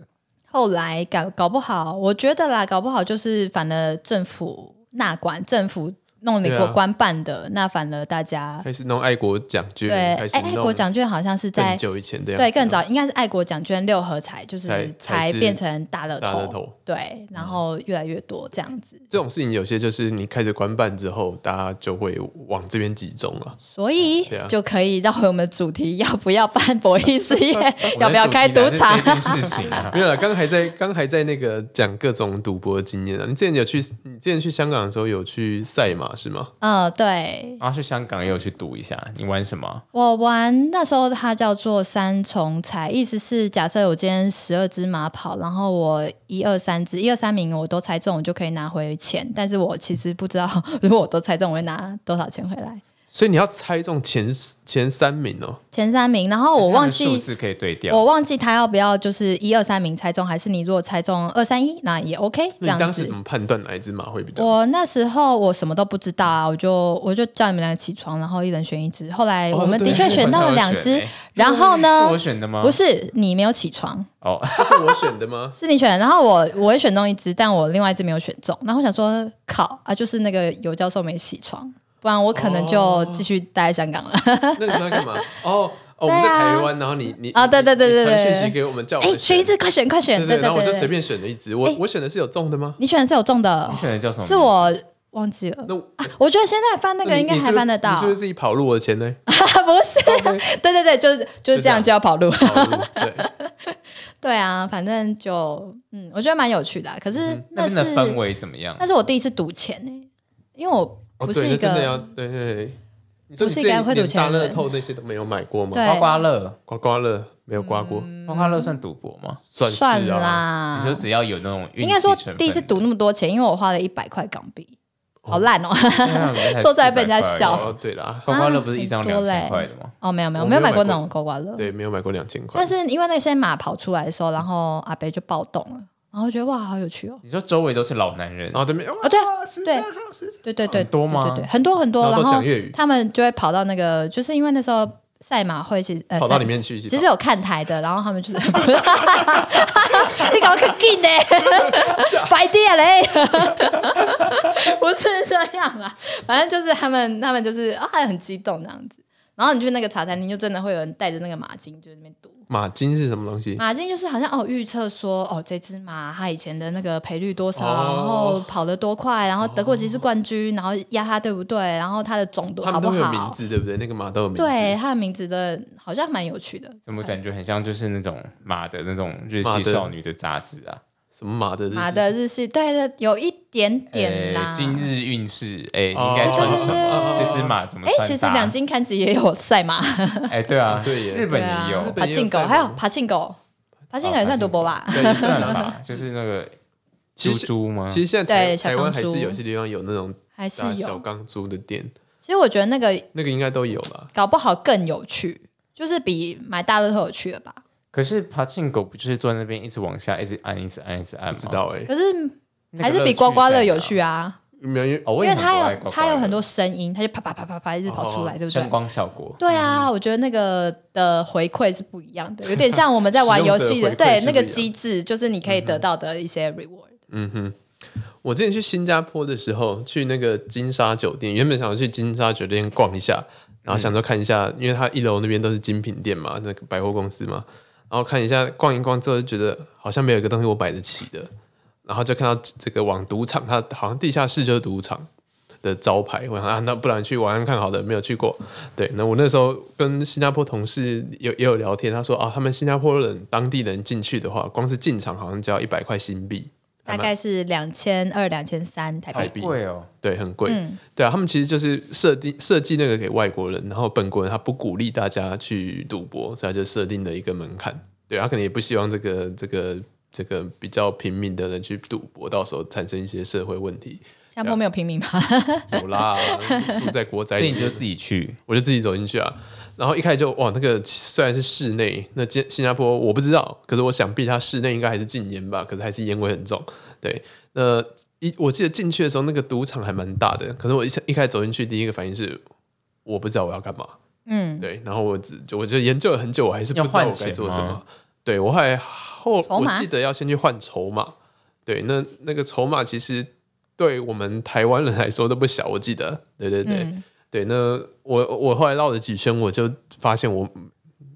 Speaker 2: 后来搞搞不好，我觉得啦，搞不好就是反而政府纳管，政府弄你
Speaker 1: 对啊
Speaker 2: 国官办的，那反而大家
Speaker 1: 开始弄爱国奖券，
Speaker 2: 对，哎
Speaker 1: 开，始
Speaker 2: 爱
Speaker 1: 弄
Speaker 2: 国奖券好像是在
Speaker 1: 更久以前的样子啊
Speaker 2: 对更早，应该是爱国奖券六合彩，就是
Speaker 1: 才才
Speaker 2: 才
Speaker 1: 是
Speaker 2: 变成大乐
Speaker 1: 大
Speaker 2: 透，
Speaker 1: 乐透嗯
Speaker 2: 对，然后越来越多这样子，
Speaker 1: 这种事情，有些就是你开始官办之后，大家就会往这边集中了。
Speaker 2: 所以
Speaker 1: 对啊
Speaker 2: 就可以绕回我们的主题，要不要办博弈事
Speaker 1: *laughs*
Speaker 2: 业，
Speaker 3: 我
Speaker 2: 要
Speaker 3: 们
Speaker 2: 不要
Speaker 3: 主题
Speaker 2: 开
Speaker 3: 哪
Speaker 2: 赌
Speaker 3: 是
Speaker 2: 场
Speaker 3: 这？件事情啊
Speaker 1: 没有了，刚还在刚还在那个讲各种赌博的经验啊。你之前有去，你之前去香港的时候有去赛马是吗？
Speaker 2: *laughs* 嗯，对
Speaker 3: 然后去香港也有去赌一下，你玩什么？
Speaker 2: 我玩那时候它叫做三重彩，意思是假设我今天十二只马跑，然后我一二三只一二三名我都猜中，我就可以拿回钱，但是我其实不知道 *laughs* 如果我都猜中，我会拿多少钱回来。
Speaker 1: 所以你要猜中前前三名哦。
Speaker 2: 前三名，然后我忘
Speaker 3: 还是他们
Speaker 2: 记
Speaker 3: 数字可以对
Speaker 2: 我
Speaker 3: 调。
Speaker 2: 忘记他要不要就是一二三名猜中，还是你如果猜中二三一，那也 OK 这
Speaker 1: 那
Speaker 2: 样
Speaker 1: 你
Speaker 2: 子。
Speaker 1: 当时怎么判断哪一只马会比较？
Speaker 2: 我那时候我什么都不知道啊，我就我就叫你们两个起床，然后一人选一只。后来
Speaker 1: 哦
Speaker 2: 我们
Speaker 1: 对
Speaker 2: 的确选到了两只，
Speaker 3: 我才有选欸
Speaker 2: 然后
Speaker 3: 是
Speaker 2: 呢
Speaker 3: 我，选的
Speaker 1: 啊
Speaker 3: 吗？
Speaker 2: 不是你没有起床，
Speaker 3: 哦，
Speaker 1: 这是我选的吗？
Speaker 2: 是你选的。然后我我也选中一只，但我另外一只没有选中。然后我想说，靠啊，就是那个尤教授没起床，不然我可能
Speaker 1: 哦
Speaker 2: 就继续待在香港了。
Speaker 1: 那你在干
Speaker 2: *laughs*
Speaker 1: 嘛？哦哦，我们在
Speaker 2: 对啊
Speaker 1: 台湾，然后你你
Speaker 2: 啊对对对
Speaker 1: 你
Speaker 2: 对
Speaker 1: 传
Speaker 2: 对对
Speaker 1: 讯息给我们叫
Speaker 2: *laughs*
Speaker 1: 我
Speaker 2: 哎、
Speaker 1: 们
Speaker 2: 选一只，快选快选！
Speaker 1: 对对，
Speaker 2: 对
Speaker 1: 然后我就
Speaker 2: 对
Speaker 1: 随
Speaker 2: 对，
Speaker 1: 便选了一只。我
Speaker 2: 哎
Speaker 1: 我选的是有中的吗？
Speaker 2: 你选的是有中的哦
Speaker 3: 你，选的叫什么名字？
Speaker 2: 是我忘记了。
Speaker 1: 那我
Speaker 2: 我觉得现在翻啊那个
Speaker 1: 你
Speaker 2: 应该
Speaker 1: 你是
Speaker 2: 还
Speaker 1: 不是
Speaker 2: 翻得到，
Speaker 1: 你是不是自己跑路我的钱呢？
Speaker 2: *laughs* 不是？ *laughs* 对对对，就是就是
Speaker 1: 就
Speaker 2: 这
Speaker 1: 这样
Speaker 2: 样就要跑路。
Speaker 1: 跑路对，
Speaker 2: *laughs* 对啊，反正就嗯，我觉得蛮有趣的啊、可
Speaker 1: 嗯
Speaker 2: 是
Speaker 3: 那
Speaker 2: 是、
Speaker 3: 边的
Speaker 1: 啊
Speaker 3: 氛围怎么样
Speaker 2: 那？是我第一次赌钱呢、因为我
Speaker 1: 哦
Speaker 2: 不
Speaker 1: 对
Speaker 2: 是
Speaker 1: 那
Speaker 2: 一
Speaker 1: 真的
Speaker 2: 个、
Speaker 1: 要对对对，你说
Speaker 2: 不是
Speaker 1: 你自
Speaker 2: 一
Speaker 1: 己
Speaker 2: 个会赌
Speaker 1: 连
Speaker 2: 钱
Speaker 1: 大
Speaker 2: 的人
Speaker 1: 乐透那些都没有买过吗？
Speaker 2: 对嗯
Speaker 3: 刮刮乐，
Speaker 1: 刮刮乐没有刮过，
Speaker 3: 刮刮乐算赌博吗？
Speaker 1: 算是
Speaker 2: 算
Speaker 1: 啊。
Speaker 2: 啦
Speaker 3: 你，说只要有那种运
Speaker 2: 嗯应
Speaker 3: 气
Speaker 2: 该说
Speaker 3: 成分
Speaker 2: 第一次赌那么多钱，因为我花了一百块港币，好烂哦、 *laughs*
Speaker 3: 对啊
Speaker 2: 说出来被人家笑
Speaker 1: 哦，对啦，
Speaker 3: 刮刮乐不是一张
Speaker 2: 啊
Speaker 3: 两
Speaker 2: 很多嘞
Speaker 3: 千块的吗？
Speaker 2: 哦，没有没有，
Speaker 1: 我
Speaker 2: 没有
Speaker 1: 没有
Speaker 2: 买过
Speaker 1: 买
Speaker 2: 那
Speaker 1: 过
Speaker 2: 种刮刮乐，
Speaker 1: 对，没有买过两千块
Speaker 2: 但。是因为那些马跑出来的时候，然后阿北就暴动了，然后觉得哇，好有趣哦。
Speaker 3: 你说周围都是老男人
Speaker 2: 哦
Speaker 1: 然，后对面啊
Speaker 2: 对对
Speaker 1: 对
Speaker 2: 对对，
Speaker 3: 很多吗
Speaker 2: 对对对，很多很多，
Speaker 1: 然后
Speaker 2: 然
Speaker 1: 都
Speaker 2: 后
Speaker 1: 讲粤语
Speaker 2: 他们就会跑到那个，就是因为那时候赛马会其实呃
Speaker 1: 跑到
Speaker 2: 赛
Speaker 1: 里面去一起
Speaker 2: 其
Speaker 1: 跑
Speaker 2: 实有看台的，然后他们就是， *laughs* 你搞个劲
Speaker 1: *laughs*
Speaker 2: 呢，白点嘞， *laughs* 不是这样啦，反正就是他们他们就是啊很激动这样子，然后你去那个茶餐厅，就真的会有人带着那个马巾就在那边赌。
Speaker 1: 马金是什么东西？
Speaker 2: 马竞就是好像哦，预测说哦，这只马它以前的那个赔率多少，
Speaker 1: 哦
Speaker 2: 然后跑得多快，然后得过几次冠军，然后压它对不对，然后它的种多
Speaker 1: 他
Speaker 2: 好
Speaker 1: 们
Speaker 2: 不
Speaker 1: 都有
Speaker 2: 好？
Speaker 1: 名字，对不对？那个马都有名字。
Speaker 2: 对，它的名字的好像蛮有趣的。
Speaker 3: 怎么感觉很像就是那种马的那种日
Speaker 1: 马
Speaker 3: 系
Speaker 1: 的
Speaker 3: 少女的杂志啊？
Speaker 1: 什么马的？
Speaker 2: 马的日系，对的，有一点点
Speaker 3: 呃
Speaker 2: 啦。
Speaker 3: 今日运势，哎，
Speaker 1: 哦
Speaker 3: 应该穿什
Speaker 1: 对对对
Speaker 3: 么？
Speaker 1: 对
Speaker 3: 这只马怎么
Speaker 2: 哎，
Speaker 3: 穿搭？
Speaker 2: 其实两金刊集也有赛马，
Speaker 3: 哎，对啊，
Speaker 1: *laughs* 对耶
Speaker 3: 日本也
Speaker 2: 啊
Speaker 3: 有，哦
Speaker 1: 本
Speaker 2: 爬
Speaker 1: 也有
Speaker 2: 进狗，
Speaker 1: 赛马
Speaker 2: 还有爬进狗，爬进狗也算赌博吧？
Speaker 3: 对，也算
Speaker 2: *laughs*
Speaker 3: 吧，就是那个
Speaker 1: 其
Speaker 3: 猪
Speaker 1: 实
Speaker 3: 猪吗？
Speaker 1: 其实现在台
Speaker 2: 对小
Speaker 1: 台湾
Speaker 2: 钢
Speaker 1: 还
Speaker 2: 珠
Speaker 1: 是有些地方有那种
Speaker 2: 还是
Speaker 1: 打小
Speaker 3: 啊
Speaker 2: 有。
Speaker 1: 钢珠的店，
Speaker 2: 其实我觉得那个
Speaker 1: 那个应该都有啦。
Speaker 2: 搞不好更有趣，就是比买大乐透有趣了吧？
Speaker 3: 可是爬进狗不就是坐在那边一直往下，一直按，一直按，一直按吗？
Speaker 1: 不知道哎，
Speaker 2: 可是
Speaker 3: 那个
Speaker 2: 还是比
Speaker 3: 乐趣
Speaker 2: 刮刮乐
Speaker 3: 在哪
Speaker 2: 有趣啊。
Speaker 1: 没有因为
Speaker 3: 哦，我
Speaker 2: 因
Speaker 3: 也
Speaker 2: 为
Speaker 3: 很不
Speaker 2: 它
Speaker 3: 爱
Speaker 2: 有
Speaker 3: 刮刮
Speaker 2: 它有
Speaker 3: 乐哦
Speaker 2: 很多声音，它就啪啪啪啪啪一直跑出来，对不
Speaker 3: 声
Speaker 2: 对？
Speaker 3: 光效果。
Speaker 2: 对
Speaker 3: 嗯
Speaker 2: 啊，我觉得那个的回馈是不一样的，有点像我们在玩游戏
Speaker 1: 使用者回馈
Speaker 2: 对
Speaker 1: 是不
Speaker 2: 那
Speaker 1: 一样
Speaker 2: 个机制，就是你可以得到的一些 reward。
Speaker 1: 嗯哼，我之前去新加坡的时候，去那个金沙酒店，原本想要去金沙酒店逛一下，然后想说看一下，因为它一楼那边都是精品店嘛，那个百货公司嘛，然后看一下逛一逛之后，就觉得好像没有一个东西我买得起的，然后就看到这个往赌场，它好像地下室就是赌场的招牌，我想啊，那不然去玩玩看好的，没有去过。对，那我那时候跟新加坡同事有也有聊天，他说啊，他们新加坡人当地人进去的话，光是进场好像只要一百块新币，还
Speaker 2: 大
Speaker 1: 蛮
Speaker 2: 概是两千二、两千三台
Speaker 1: 台
Speaker 2: 币。
Speaker 1: 币，
Speaker 3: 贵哦，
Speaker 1: 对，很贵。
Speaker 2: 嗯
Speaker 1: 对啊，他们其实就是设定设计那个给外国人，然后本国人他不鼓励大家去赌博，所以他就设定了一个门槛。对，啊他可能也不希望这个这个这个比较平民的人去赌博，到时候产生一些社会问题。
Speaker 2: 新加坡没有平
Speaker 1: *laughs*
Speaker 2: 民吧？
Speaker 1: 有啦，住在国宅
Speaker 3: 所
Speaker 1: 里
Speaker 3: 以你
Speaker 1: 面
Speaker 3: 就自己去，
Speaker 1: 我就自己走进去啊。然后一开始就哇，那个虽然是室内，那新新加坡我不知道，可是我想必它室内应该还是禁烟吧，可是还是烟味很重。对，那一我记得进去的时候，那个赌场还蛮大的，可是我一下一开始走进去，第一个反应是我不知道我要干嘛。
Speaker 2: 嗯，
Speaker 1: 对，然后我只就我就研究了很久，我还是不知
Speaker 3: 要
Speaker 1: 道
Speaker 3: 换
Speaker 1: 我
Speaker 3: 钱
Speaker 1: 该做什
Speaker 3: 吗
Speaker 1: 么。对我后来后
Speaker 2: 筹
Speaker 1: 我
Speaker 2: 码
Speaker 1: 记得要先去换筹码，对，那那个筹码其实对我们台湾人来说都不小，我记得，对对对、
Speaker 2: 嗯
Speaker 1: 对。那我我后来绕了几圈，我就发现我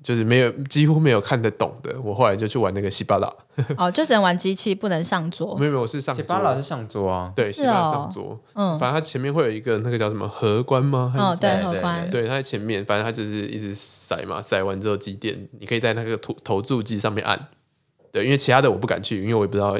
Speaker 1: 就是没有几乎没有看得懂的，我后来就去玩那个西巴拉，
Speaker 2: 哦，就只能玩机器，不能上桌
Speaker 1: 没。有没有，我是上
Speaker 3: 巴老是
Speaker 1: 桌，
Speaker 3: 上桌啊，
Speaker 1: 对，
Speaker 2: 哦是
Speaker 1: 西巴拉
Speaker 2: 哦
Speaker 1: 上桌，
Speaker 2: 嗯，
Speaker 1: 反正它前面会有一个那个叫什么荷官吗？还是
Speaker 2: 哦，
Speaker 3: 对
Speaker 2: 对，
Speaker 3: 对
Speaker 2: 荷官，
Speaker 1: 对，它在前面，反正它就是一直甩嘛，甩完之后几点，你可以在那个投投注机上面按。对，因为其他的我不敢去，因为我也不知道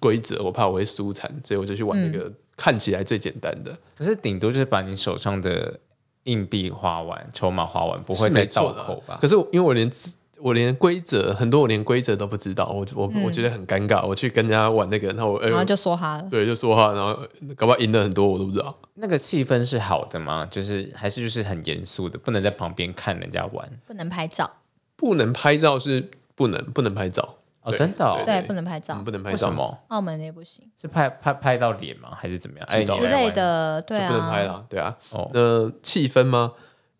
Speaker 1: 规则，我怕我会输惨，所以我就去玩那
Speaker 2: 嗯
Speaker 1: 个看起来最简单的。
Speaker 3: 可是顶多就是把你手上的硬币花完，筹码花完，
Speaker 1: 不
Speaker 3: 不会再倒扣吧？
Speaker 1: 可是我因为我连自我连规则很多我连规则都不知道，我我、我觉得很尴尬。我去跟人家玩那个，然后我、哎
Speaker 2: 嗯然后就说哈了。
Speaker 1: 对就说话，然后搞不好赢了很多我都不知道。
Speaker 3: 那个气氛是好的吗？就是还是就是很严肃的，不能在旁边看人家玩
Speaker 2: 不能拍照，
Speaker 1: 不能拍照是不能不能拍照，
Speaker 3: 哦，
Speaker 1: 对
Speaker 3: 真的、哦？
Speaker 1: 对嗯
Speaker 2: 对，不能拍照
Speaker 1: 不，能拍
Speaker 3: 为什
Speaker 1: 照，
Speaker 3: 么？
Speaker 2: 澳门也不行
Speaker 3: 是拍拍拍到脸吗？还是怎么样？哎，
Speaker 1: 知道
Speaker 3: 你
Speaker 2: 之
Speaker 3: 来
Speaker 2: 类
Speaker 3: 玩
Speaker 2: 的，对
Speaker 1: 就不能拍
Speaker 2: 啊，
Speaker 1: 了，对啊。
Speaker 3: 哦，
Speaker 1: 呃，气氛吗？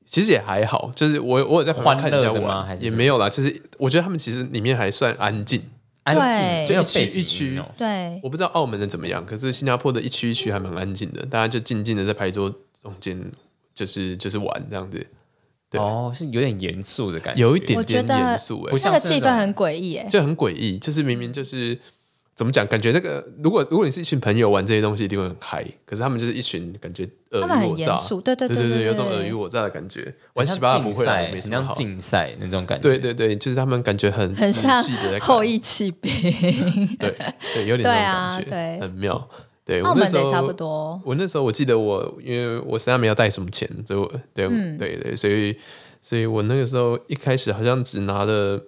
Speaker 1: 其实也还好，就是我我有在旁边看人家
Speaker 3: 欢乐的吗
Speaker 1: 玩
Speaker 3: 还，是
Speaker 1: 也
Speaker 3: 什么
Speaker 1: 没有啦。就是我觉得他们其实里面还算安静，
Speaker 3: 安
Speaker 2: 对
Speaker 3: 静，
Speaker 1: 就
Speaker 3: 没有
Speaker 1: 一区
Speaker 3: 背景
Speaker 1: 一区
Speaker 3: 音哦
Speaker 2: 对，
Speaker 1: 我不知道澳门的怎么样，可是新加坡的一区一区还蛮安静的，大家就静静的在牌桌中间，就是就是玩这样子，对
Speaker 3: 哦，是有点严肃的感觉，
Speaker 1: 有一点
Speaker 2: 我觉
Speaker 1: 点
Speaker 2: 得
Speaker 1: 严肃哎
Speaker 2: 那
Speaker 3: 不，像
Speaker 2: 个
Speaker 3: 是
Speaker 2: 气
Speaker 3: 那
Speaker 2: 氛
Speaker 3: 种
Speaker 2: 很诡异哎，
Speaker 1: 就很诡异。就是明明就是怎么讲，感觉那个如果如果你是一群朋友玩这些东西，一定会很嗨。可是他们就是一群感觉尔
Speaker 2: 他们
Speaker 1: 虞
Speaker 2: 很
Speaker 1: 我
Speaker 2: 严
Speaker 1: 诈，
Speaker 2: 肃，对对
Speaker 1: 对
Speaker 2: 对
Speaker 1: 对，有种尔虞
Speaker 2: 对，
Speaker 1: 我诈的感觉。
Speaker 3: 很
Speaker 1: 玩
Speaker 3: 像
Speaker 1: 西巴拉不
Speaker 3: 竞
Speaker 1: 会啦，
Speaker 3: 赛
Speaker 1: 也没
Speaker 3: 很
Speaker 1: 什么
Speaker 3: 像
Speaker 1: 好。
Speaker 3: 竞赛那种感觉。
Speaker 1: 对对对，就是他们感觉很
Speaker 2: 很
Speaker 1: 仔
Speaker 2: 像
Speaker 1: 细的在看
Speaker 2: 后羿弃兵，
Speaker 1: 对对，有
Speaker 2: 对
Speaker 1: 点那
Speaker 2: 啊
Speaker 1: 种感觉，
Speaker 2: 对
Speaker 1: 很妙。对，
Speaker 2: 澳
Speaker 1: *laughs* 我那
Speaker 2: 门
Speaker 1: 时
Speaker 2: 的也
Speaker 1: 候
Speaker 2: 差不多，
Speaker 1: 我那时候我记得我，因为我身上没有带什么钱，所以我对、
Speaker 2: 嗯
Speaker 1: 对对，所以所以我那个时候一开始好像只拿了，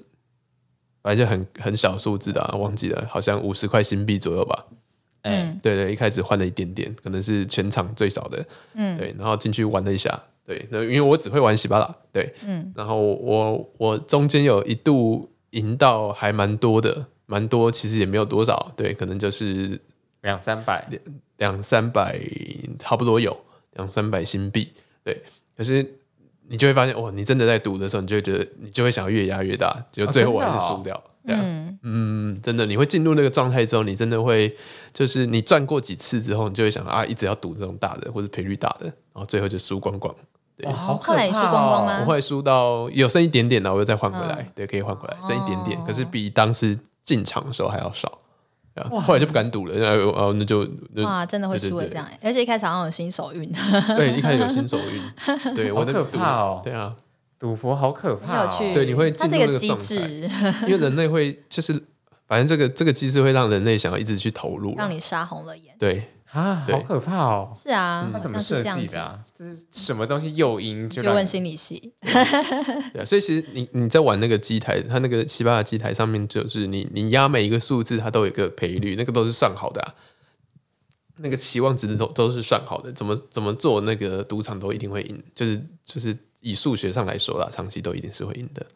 Speaker 1: 反正就很很小数字的、啊，忘记了，好像五十块新币左右吧。
Speaker 3: 哎，
Speaker 2: 嗯
Speaker 1: 对对，一开始换了一点点，可能是全场最少的。
Speaker 2: 嗯
Speaker 1: 对，然后进去玩了一下。对，那因为我只会玩喜巴拉，对，
Speaker 2: 嗯，
Speaker 1: 然后我我中间有一度赢到还蛮多的，蛮多，其实也没有多少，对，可能就是
Speaker 3: 两三百，
Speaker 1: 两三百，差不多有两三百新币，对。可是你就会发现，哇，你真的在赌的时候，你就会觉得你就会想要越压越大，
Speaker 2: 哦
Speaker 1: 就最后我还是输掉。对啊，
Speaker 2: 嗯，
Speaker 1: 嗯，真的，你会进入那个状态之后，你真的会，就是你赚过几次之后，你就会想啊，一直要赌这种大的或者赔率大的，然后最后就输光光。对
Speaker 3: 哇，好可
Speaker 2: 后来你输
Speaker 3: 怕
Speaker 2: 光光
Speaker 3: 哦！
Speaker 2: 吗
Speaker 1: 我会输到有剩一点点的，我又再换回来，
Speaker 2: 嗯
Speaker 1: 对，可以换回来，剩一点点，
Speaker 2: 哦
Speaker 1: 可是比当时进场的时候还要少。对啊后来就不敢赌了，然后哦，那就那
Speaker 2: 哇，真的会
Speaker 1: 对对
Speaker 2: 输的
Speaker 1: 对哦
Speaker 2: 这样哎，而且一开始好像有新手运， *laughs*
Speaker 1: 对，一开始有新手运，对我
Speaker 3: 好
Speaker 1: 那
Speaker 3: 可
Speaker 1: 赌
Speaker 3: 怕哦
Speaker 1: 对啊，
Speaker 3: 赌博好可
Speaker 2: 很
Speaker 3: 怕
Speaker 2: 有
Speaker 3: 哦！
Speaker 2: 趣，
Speaker 1: 对你会
Speaker 2: 它
Speaker 1: 进
Speaker 2: 是一
Speaker 1: 入那
Speaker 2: 个
Speaker 1: 个
Speaker 2: 机
Speaker 1: 状态
Speaker 2: 制，
Speaker 1: 因为人类会就是，反正这个这个机制会让人类想要一直去投入啦，
Speaker 2: 让你杀红了眼。
Speaker 1: 对
Speaker 3: 啊，
Speaker 1: 对
Speaker 3: 好可怕哦！
Speaker 2: 是啊，
Speaker 3: 他
Speaker 2: 好
Speaker 3: 怎么
Speaker 2: 像
Speaker 3: 设
Speaker 2: 是这样
Speaker 3: 计
Speaker 2: 子
Speaker 3: 的？啊？这是什么东西诱因就
Speaker 2: 就
Speaker 3: 让
Speaker 2: 问心理系，
Speaker 1: 对啊，所以其实你你在玩那个机台，它那个西班牙机台上面就是你你压每一个数字，它都有一个赔率，那个都是算好的、啊，那个期望值都都是算好的，怎么怎么做那个赌场都一定会赢，就是就是以数学上来说啦，长期都一定是会赢的。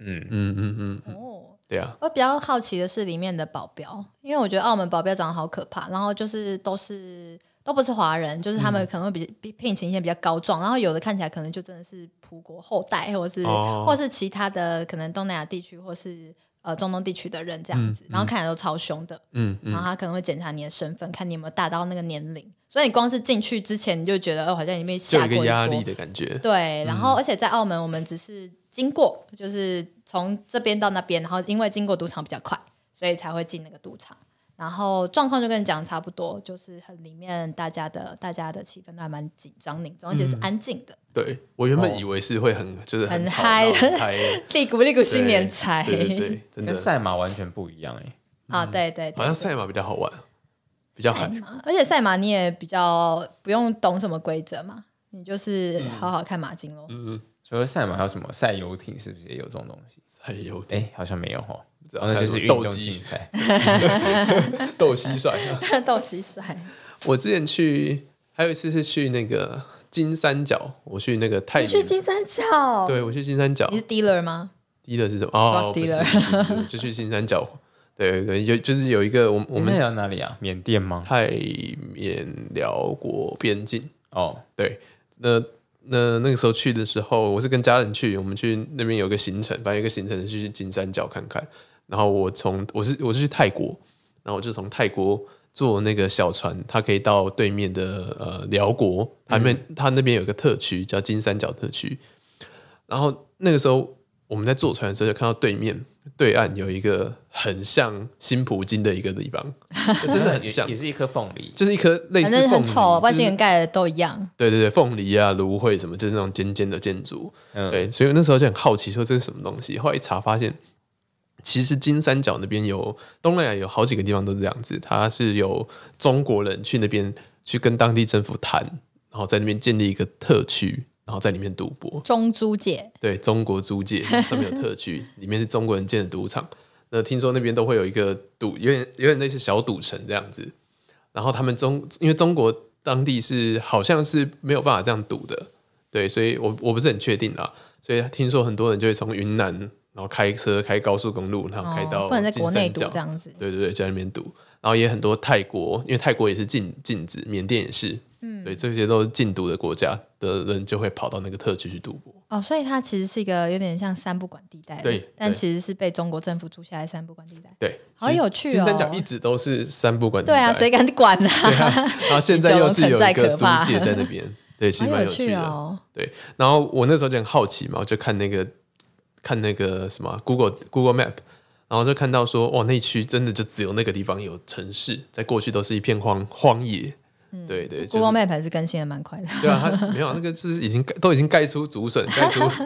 Speaker 3: 嗯，
Speaker 1: 嗯嗯嗯，
Speaker 2: 哦，
Speaker 1: 对啊，
Speaker 2: *laughs* 我比较好奇的是里面的保镖，因为我觉得澳门保镖长得好可怕，然后就是都是都不是华人，就是他们可能会比比聘请一些比较高壮，然后有的看起来可能就真的是葡国后代，或是、
Speaker 1: 哦
Speaker 2: 或是其他的可能东南亚地区或是呃中东地区的人这样子，然后看起来都超凶的，
Speaker 1: 嗯嗯
Speaker 2: 然后他可能会检查你的身份，看你有没有达到那个年龄。所以你光是进去之前，你就觉得哦，好像已经被
Speaker 1: 就
Speaker 2: 吓过
Speaker 1: 有一个
Speaker 2: 一
Speaker 1: 压
Speaker 2: 波
Speaker 1: 力的感觉。
Speaker 2: 对，然
Speaker 1: 嗯
Speaker 2: 后而且在澳门，我们只是经过，就是从这边到那边，然后因为经过赌场比较快，所以才会进那个赌场。然后状况就跟你讲的差不多，就是很里面大家的大家的气氛都还蛮紧张凝重，而且
Speaker 1: 嗯
Speaker 2: 是安静的，
Speaker 1: 对我原本
Speaker 3: 哦
Speaker 1: 以为是会很就是
Speaker 2: 很
Speaker 1: 吵
Speaker 2: 嗨
Speaker 1: 闹很
Speaker 2: *laughs*
Speaker 1: 嗨的，
Speaker 2: 立鼓立鼓新年财 *laughs*
Speaker 1: 对对对，真的
Speaker 3: 跟赛马完全不一样哎、
Speaker 2: 啊，对对对，
Speaker 1: 好像赛马比较好玩，比较
Speaker 2: 赛
Speaker 1: 嗨。嗯
Speaker 2: 马，而且赛马你也比较不用懂什么规则嘛，你就是好好看马经咯。
Speaker 1: 嗯，
Speaker 3: 除了赛马还有什么赛游艇？是不是也有这种东西？
Speaker 1: 赛游
Speaker 3: 哎、
Speaker 1: 艇，
Speaker 3: 好像没有哦。
Speaker 1: 知道
Speaker 3: 哦那就是运
Speaker 1: 斗
Speaker 3: 动
Speaker 1: 鸡
Speaker 3: 竞 *laughs* 赛。
Speaker 1: *laughs* 斗蟋蟀。
Speaker 2: *laughs* 斗蟋蟀，
Speaker 1: 我之前去，还有一次是去那个金三角，我去那个泰
Speaker 2: 你
Speaker 1: 宁，
Speaker 2: 去金三角，
Speaker 1: 对我去金三角
Speaker 2: 你，是 dealer 吗？
Speaker 1: 低的是什么？哦，
Speaker 2: Drug
Speaker 1: 不是
Speaker 2: dealer
Speaker 1: 不是不是就去金三角。对对对，有就是有一个我们我
Speaker 3: 我们
Speaker 1: 们
Speaker 3: 聊哪里啊？缅甸吗？
Speaker 1: 泰缅辽国边境，
Speaker 3: 哦，
Speaker 1: 对，那那那个时候去的时候，我是跟家人去，我们去那边有个行程，反正有个行程是去金三角看看。然后我从我是我是去泰国，然后我就从泰国坐那个小船，它可以到对面的呃辽国，他们、
Speaker 2: 嗯
Speaker 1: 它那边有个特区叫金三角特区。然后那个时候我们在坐船的时候，就看到对面对岸有一个很像新葡京的一个
Speaker 2: *laughs*
Speaker 1: 地方，真的很
Speaker 3: 也
Speaker 1: 像
Speaker 3: 也，是一颗凤梨。
Speaker 1: 就是一颗类
Speaker 2: 反
Speaker 1: 似
Speaker 2: 正
Speaker 1: 凤
Speaker 2: 很
Speaker 1: 梨
Speaker 2: 丑，外
Speaker 1: 就是
Speaker 2: 星人盖的都一样。
Speaker 1: 对对对，凤梨啊、芦荟什么，就是那种尖尖的建筑。
Speaker 3: 嗯
Speaker 1: 对，所以我那时候就很好奇，说这是什么东西。后来一查发现，其实金三角那边有东南亚有好几个地方都是这样子，它是有中国人去那边去跟当地政府谈，然后在那边建立一个特区，然后在里面赌博。
Speaker 2: 中租界，
Speaker 1: 对中国租界上面有特区，里面是中国人建的赌场。那听说那边都会有一个赌，有点有点类似小赌城这样子。然后他们中，因为中国当地是好像是没有办法这样赌的，对，所以我我不是很确定啦。所以听说很多人就会从云南，然后开车开高速公路，然后开
Speaker 2: 哦
Speaker 1: 到
Speaker 2: 不能在
Speaker 1: 金
Speaker 2: 国内
Speaker 1: 三
Speaker 2: 读
Speaker 1: 角
Speaker 2: 这，样子。
Speaker 1: 对对对，在那边赌。然后也很多泰国，因为泰国也是禁禁止，缅甸也是，嗯，对，这些都是禁赌的国家的人就会跑到那个特区去赌博。
Speaker 2: 哦，所以它其实是一个有点像三不管地带的，
Speaker 1: 对
Speaker 2: 但
Speaker 1: 对
Speaker 2: 其实是被中国政府租下来三不管地带。
Speaker 1: 对，
Speaker 2: 好
Speaker 1: 其实
Speaker 2: 有趣哦
Speaker 1: 金三角一直都是三不管地
Speaker 2: 对啊，
Speaker 1: 带
Speaker 2: 谁敢管啊？
Speaker 1: *laughs*
Speaker 2: *laughs*
Speaker 1: 对啊，然后现在又是有一个租界在那边，对，其
Speaker 2: 好
Speaker 1: 实蛮
Speaker 2: 有
Speaker 1: 趣的。
Speaker 2: 哦，
Speaker 1: 对，然后我那时候就很好奇嘛，我就看那个看那个什么 Google Google Map，然后就看到说，哇，那一区真的就只有那个地方有城市，在过去都是一片荒荒野。对对，
Speaker 2: 嗯
Speaker 1: 就是
Speaker 2: Google Map 还是更新的蛮快的。
Speaker 1: 对啊，它没有啊那个，就是已经盖都已经盖出竹笋，盖出竹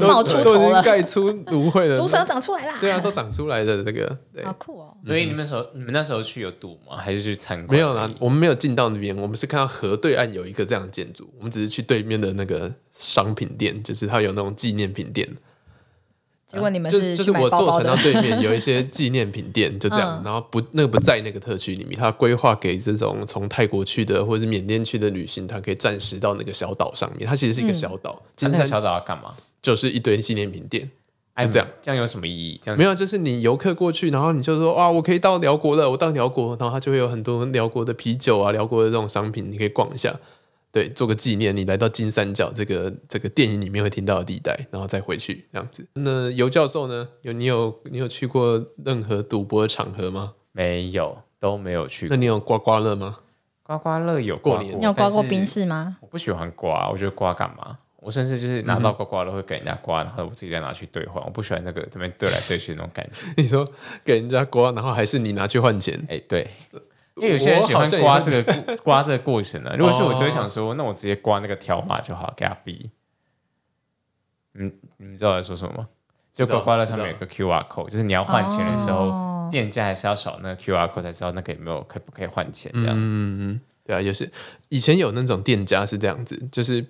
Speaker 2: *laughs* 冒出头了
Speaker 1: 都已经盖出芦荟了，
Speaker 2: 竹笋长出来啦，
Speaker 1: 对啊，都长出来的这个，对，啊
Speaker 2: 好酷哦！
Speaker 3: 所以你们那时候，你们那时候去有赌吗？还是去参观？
Speaker 1: 没有啦，，我们没有进到那边，我们是看到河对岸有一个这样的建筑，我们只是去对面的那个商品店，就是它有那种纪念品店，
Speaker 2: 结果你们
Speaker 1: 就是就
Speaker 2: 去
Speaker 1: 是
Speaker 2: 买
Speaker 1: 我
Speaker 2: 包
Speaker 1: 坐
Speaker 2: 包
Speaker 1: 船到
Speaker 2: 的，
Speaker 1: 对面有一些纪念品店，就这样，
Speaker 2: 嗯
Speaker 1: 然后不那个不在那个特区里面，它规划给这种从泰国去的或者是缅甸去的旅行团可以暂时到那个小岛上面，它其实是一
Speaker 2: 嗯
Speaker 1: 个小岛，
Speaker 3: 金
Speaker 1: 金
Speaker 3: 山
Speaker 1: 山
Speaker 3: 小岛要干嘛？
Speaker 1: 就是一堆纪念品店，
Speaker 3: 哎，
Speaker 1: 就这样，
Speaker 3: 这样有什么意义？这样
Speaker 1: 没有，啊就是你游客过去，然后你就说哇，我可以到辽国了，我到辽国，然后它就会有很多辽国的啤酒啊，辽国的这种商品，你可以逛一下，对，做个纪念。你来到金三角这个这个电影里面会听到的地带，然后再回去这样子。那尤教授呢？有你有你有去过任何赌博的场合吗？
Speaker 3: 没有，都没有去
Speaker 1: 那
Speaker 3: 过。
Speaker 1: 你有刮刮乐吗？ *laughs*
Speaker 3: 刮刮乐有刮
Speaker 1: 过年
Speaker 2: *laughs* 你有刮过冰？
Speaker 3: 但是
Speaker 2: 室吗？
Speaker 3: 我不喜欢刮，我觉得刮干嘛？我甚至就是拿到刮刮乐会给人家刮，然后我自己再拿去兑换，我不喜欢那个这边兑来兑去的那种感觉。
Speaker 1: *laughs* 你说给人家刮，然后还是你拿去换钱？
Speaker 3: 哎、对，因为有些人喜
Speaker 1: 哦我
Speaker 3: 欢
Speaker 1: 好像也
Speaker 3: 刮
Speaker 1: 会
Speaker 3: 这个过 *laughs* 刮这个过程啊。如果是我，就会想说，那我直接刮那个条码就好，给他逼。嗯，你们知道我在说什么吗？就
Speaker 1: 知道
Speaker 3: 刮刮乐
Speaker 1: 知
Speaker 3: 上
Speaker 1: 道
Speaker 3: 面有个 QR code，就是你要换钱的时候，
Speaker 2: 哦
Speaker 3: 店家还是要扫那个 QR code 才知道那个有没有可不可以换钱这样。
Speaker 1: 嗯嗯嗯，对啊，也是。以前有那种店家是这样子，就是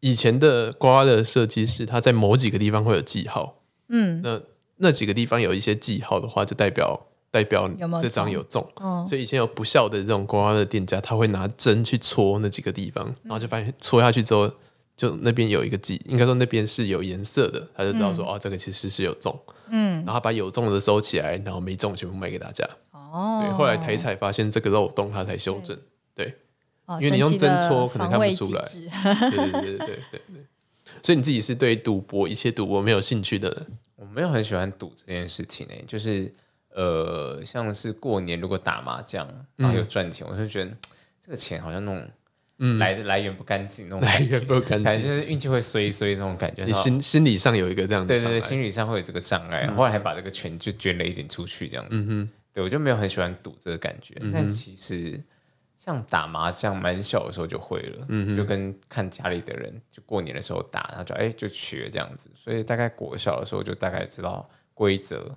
Speaker 1: 以前的刮刮乐设计是它在某几个地方会有记号，
Speaker 2: 嗯，
Speaker 1: 那那几个地方有一些记号的话，就代表代表
Speaker 2: 有没有
Speaker 1: 这张
Speaker 2: 中
Speaker 1: 有中。
Speaker 2: 哦，
Speaker 1: 所以以前有不孝的这种刮刮乐店家，他会拿针去戳那几个地方，然后就发现戳下去之后，就那边有一个记，应该说那边是有颜色的，他就知道说、哦，这个其实是有中。
Speaker 2: 嗯，
Speaker 1: 然后他把有中的收起来，然后没中全部卖给大家。
Speaker 2: 哦，
Speaker 1: 对，后来台彩发现这个漏洞，他才修正。对，
Speaker 2: 哦，
Speaker 1: 因为你用针戳可能看不出来 *laughs*
Speaker 2: 神奇的防卫机制
Speaker 1: 对对对对对对。所以你自己是对赌博一切赌博没有兴趣的人，
Speaker 3: 我没有很喜欢赌这件事情诶、就是呃，像是过年如果打麻将，然后有赚钱，我就觉得嗯这个钱好像那种
Speaker 1: 嗯，
Speaker 3: 来的来源不干净那种
Speaker 1: 来
Speaker 3: 感觉，
Speaker 1: 源不干
Speaker 3: 感觉
Speaker 1: 净，
Speaker 3: 就是运气会衰一衰那种感觉。
Speaker 1: 你
Speaker 3: 然后
Speaker 1: 心心理上有一个这样的
Speaker 3: 对对对，
Speaker 1: 障碍
Speaker 3: 心理上会有这个障碍，后来还把这个钱就捐了一点出去这样子。
Speaker 1: 嗯哼，嗯
Speaker 3: 对我就没有很喜欢赌这个感觉，但其实像打麻将，蛮小的时候就会了，
Speaker 1: 嗯
Speaker 3: 就跟看家里的人，就过年的时候打，然后就哎、就学这样子，所以大概国小的时候就大概知道规则，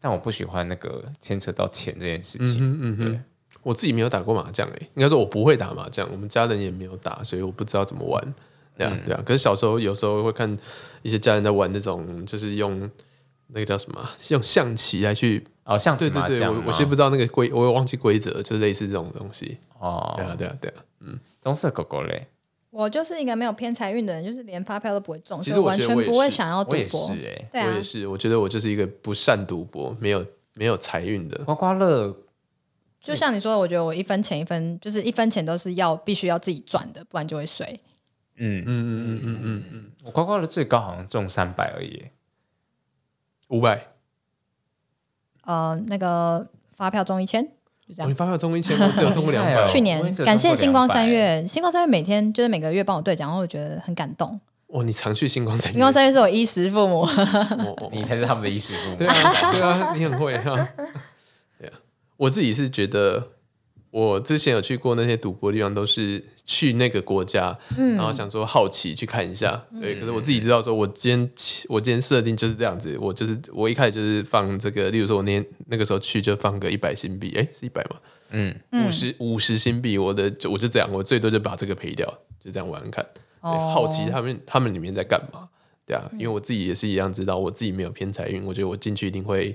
Speaker 3: 但我不喜欢那个牵扯到钱这件事
Speaker 1: 嗯
Speaker 3: 情。
Speaker 1: 哼嗯哼，我自己没有打过麻将诶、应该说我不会打麻将，我们家人也没有打，所以我不知道怎么玩。对啊，
Speaker 3: 嗯
Speaker 1: 对啊。可是小时候有时候会看一些家人在玩那种，就是用那个叫什么啊，用象棋来去，
Speaker 3: 哦，像
Speaker 1: 对对
Speaker 3: 麻
Speaker 1: 对，
Speaker 3: 将
Speaker 1: 我
Speaker 3: 吗
Speaker 1: 我是不知道那个规，我也忘记规则，就类似这种东西。对
Speaker 3: 哦，
Speaker 1: 啊，对啊，对啊。
Speaker 3: 棕色狗狗嘞，
Speaker 2: 我就是一个没有偏财运的人，就是连发票都不会中，
Speaker 1: 其
Speaker 2: 所
Speaker 1: 实
Speaker 2: 以
Speaker 1: 我
Speaker 2: 完
Speaker 1: 觉得
Speaker 2: 全
Speaker 1: 我也
Speaker 2: 不会
Speaker 1: 是
Speaker 2: 想要哦赌
Speaker 3: 我也是
Speaker 2: 博。
Speaker 3: 哎、
Speaker 2: 对
Speaker 1: 我
Speaker 2: 啊
Speaker 1: 也，是，我觉得我就是一个不善赌博，没有没有财运的。
Speaker 3: 刮刮乐
Speaker 1: 嗯
Speaker 2: 就像你说的，我觉得我一分钱一分，就是一分钱都是要必须要自己赚的，不然就会衰。
Speaker 3: 嗯，
Speaker 1: 嗯嗯嗯嗯嗯嗯，
Speaker 3: 我刮刮乐最高好像中三百而已，
Speaker 1: 五百，
Speaker 2: 呃，那个发票中一千，就这
Speaker 1: 哦
Speaker 2: 样。
Speaker 1: 你发票中一千，我只有中过两百
Speaker 3: 哦
Speaker 1: 哦。
Speaker 2: 去
Speaker 3: 我也
Speaker 2: 年
Speaker 3: 只有
Speaker 2: 感
Speaker 3: 中
Speaker 2: 谢
Speaker 3: 过
Speaker 2: 星光
Speaker 3: 200
Speaker 2: 三月，星光三月每天就是每个月帮我兑奖，然后我觉得很感动。
Speaker 1: 哇，哦你常去星光三月？
Speaker 2: 星光三月是我衣食父
Speaker 1: *laughs*
Speaker 2: 母，
Speaker 1: 哦，哦哦
Speaker 3: 你才是他们的衣食父母。
Speaker 1: 对啊，对啊，你很会 *laughs* 啊。对啊，我自己是觉得，我之前有去过那些赌博地方，都是去那个国家，
Speaker 2: 嗯
Speaker 1: 然后想说好奇去看一下。对，可是我自己知道，说我今天我今天设定就是这样子，我就是我一开始就是放这个，例如说我那天那个时候去就放个一百新币，哎，是一百吗？
Speaker 3: 嗯，
Speaker 1: 五十五十新币，我的就我就这样，我最多就把这个赔掉，就这样玩玩看。
Speaker 2: 哦
Speaker 1: 对
Speaker 2: 嗯
Speaker 1: 好奇他们他们里面在干嘛？对啊，因为我自己也是一样，知道我自己没有偏财运，我觉得我进去一定会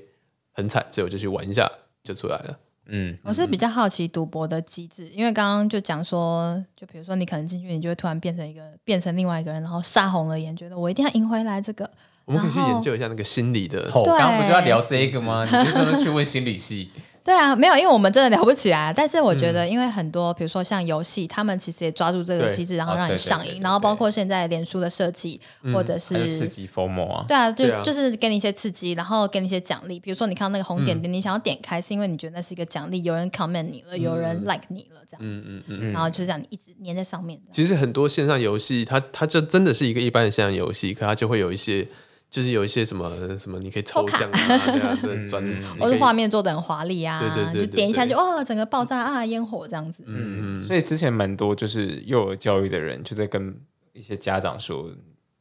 Speaker 1: 很惨，所以我就去玩一下就出来了。
Speaker 3: *laughs* 嗯，
Speaker 2: 我是比较好奇赌博的机制，因为刚刚就讲说，就比如说你可能进去，你就会突然变成一个变成另外一个人，然后杀红了眼，觉得我一定要赢回来这个。
Speaker 1: 我们可以去
Speaker 2: 然后
Speaker 1: 研究一下那个心理的，
Speaker 3: 哦，
Speaker 2: 对
Speaker 3: 刚刚不就要聊这个吗？你就说去问心理系，
Speaker 2: 对啊，没有，因为我们真的聊不起来。 *laughs* 但是我觉得，因为很多，比如说像游戏，他们其实也抓住这个
Speaker 1: 嗯对嗯
Speaker 2: 机制，然
Speaker 3: 哦
Speaker 2: 后让
Speaker 3: 对
Speaker 2: 你
Speaker 3: 对
Speaker 2: 上
Speaker 3: 对对
Speaker 2: 瘾。然后包
Speaker 3: 对
Speaker 2: 括现在脸书的设计，或者是
Speaker 3: 还有刺激 formal 啊。
Speaker 2: 对啊，就
Speaker 1: 对
Speaker 2: 是
Speaker 1: 啊
Speaker 2: 就是给你一些刺激，然后给你一些奖励。比如说，你看到那个红点点，你想要点开，是因为你觉得那是一个奖励，有人 comment 你了，有人 like 你了，这样
Speaker 1: 嗯
Speaker 2: 子。
Speaker 1: 嗯嗯。
Speaker 2: 然后就是这样，你一直粘在上面的。
Speaker 1: 其实很多线上游戏，它它就真的是一个一般的线上游戏，可它就会有一些，就是有一些什么什么，你可以抽
Speaker 2: 抽卡
Speaker 1: 奖啊，对啊，
Speaker 3: *laughs*
Speaker 1: 对，转，
Speaker 3: 嗯
Speaker 1: 你
Speaker 2: 或
Speaker 1: 可
Speaker 2: 是
Speaker 1: 以
Speaker 2: 画面做的很华丽啊，
Speaker 1: 对对对对
Speaker 2: 就点一下就哦，整个爆炸啊，烟火这样子。
Speaker 1: 嗯嗯，
Speaker 3: 所以之前蛮多就是幼儿教育的人就在跟一些家长说，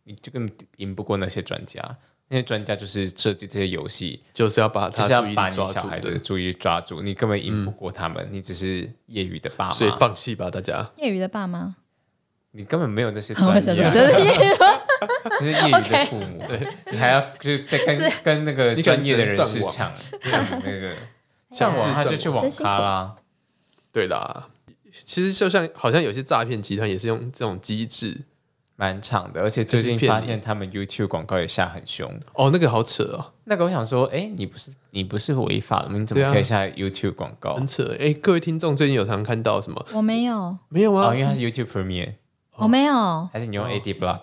Speaker 3: 你就根本赢不过那些专家，那些专家就是设计这些游戏，
Speaker 1: 就是要把
Speaker 3: 就
Speaker 1: 它
Speaker 3: 是要
Speaker 1: 注意力
Speaker 3: 把
Speaker 1: 抓
Speaker 3: 你
Speaker 1: 住
Speaker 3: 小孩子的嗯
Speaker 1: 对
Speaker 3: 注意力抓住，你根本赢不过他们，你只是业余的爸
Speaker 1: 所以
Speaker 3: 妈，
Speaker 1: 放弃吧，大家。
Speaker 2: 业余的爸
Speaker 1: *laughs*
Speaker 2: 妈，
Speaker 3: 你根本没有那些专
Speaker 2: 我
Speaker 3: 业，
Speaker 2: 想
Speaker 3: 就
Speaker 2: 说
Speaker 3: 是
Speaker 2: 是业余
Speaker 3: 业余的父母，你还要就是在跟跟那个
Speaker 1: 你可能
Speaker 3: 专业的人
Speaker 1: 只
Speaker 3: 士
Speaker 1: 能断
Speaker 3: *laughs* 抢抢那
Speaker 2: *laughs*
Speaker 3: 个，
Speaker 1: 像
Speaker 3: 我啊
Speaker 1: 我
Speaker 3: 他就去网
Speaker 2: 真辛苦
Speaker 3: 咖啦。
Speaker 1: 对啦，其实就像好像有些诈骗集团也是用这种机制
Speaker 3: 蛮长的，而且最近
Speaker 1: 就是骗
Speaker 3: 发
Speaker 1: 你
Speaker 3: 现他们 YouTube 广告也下很凶。
Speaker 1: 哦，那个好扯哦，
Speaker 3: 那个我想说，哎，你不是你不是违法的吗？你怎
Speaker 1: 对
Speaker 3: 么
Speaker 1: 啊
Speaker 3: 可以下 YouTube 广告？哦
Speaker 1: 很扯哎、各位听众最近有常看到什么？
Speaker 2: 我没有，
Speaker 1: 没有啊，
Speaker 3: 哦，因为它是 YouTube Premiere，
Speaker 2: 我没有，
Speaker 3: 还是你用 AD Block？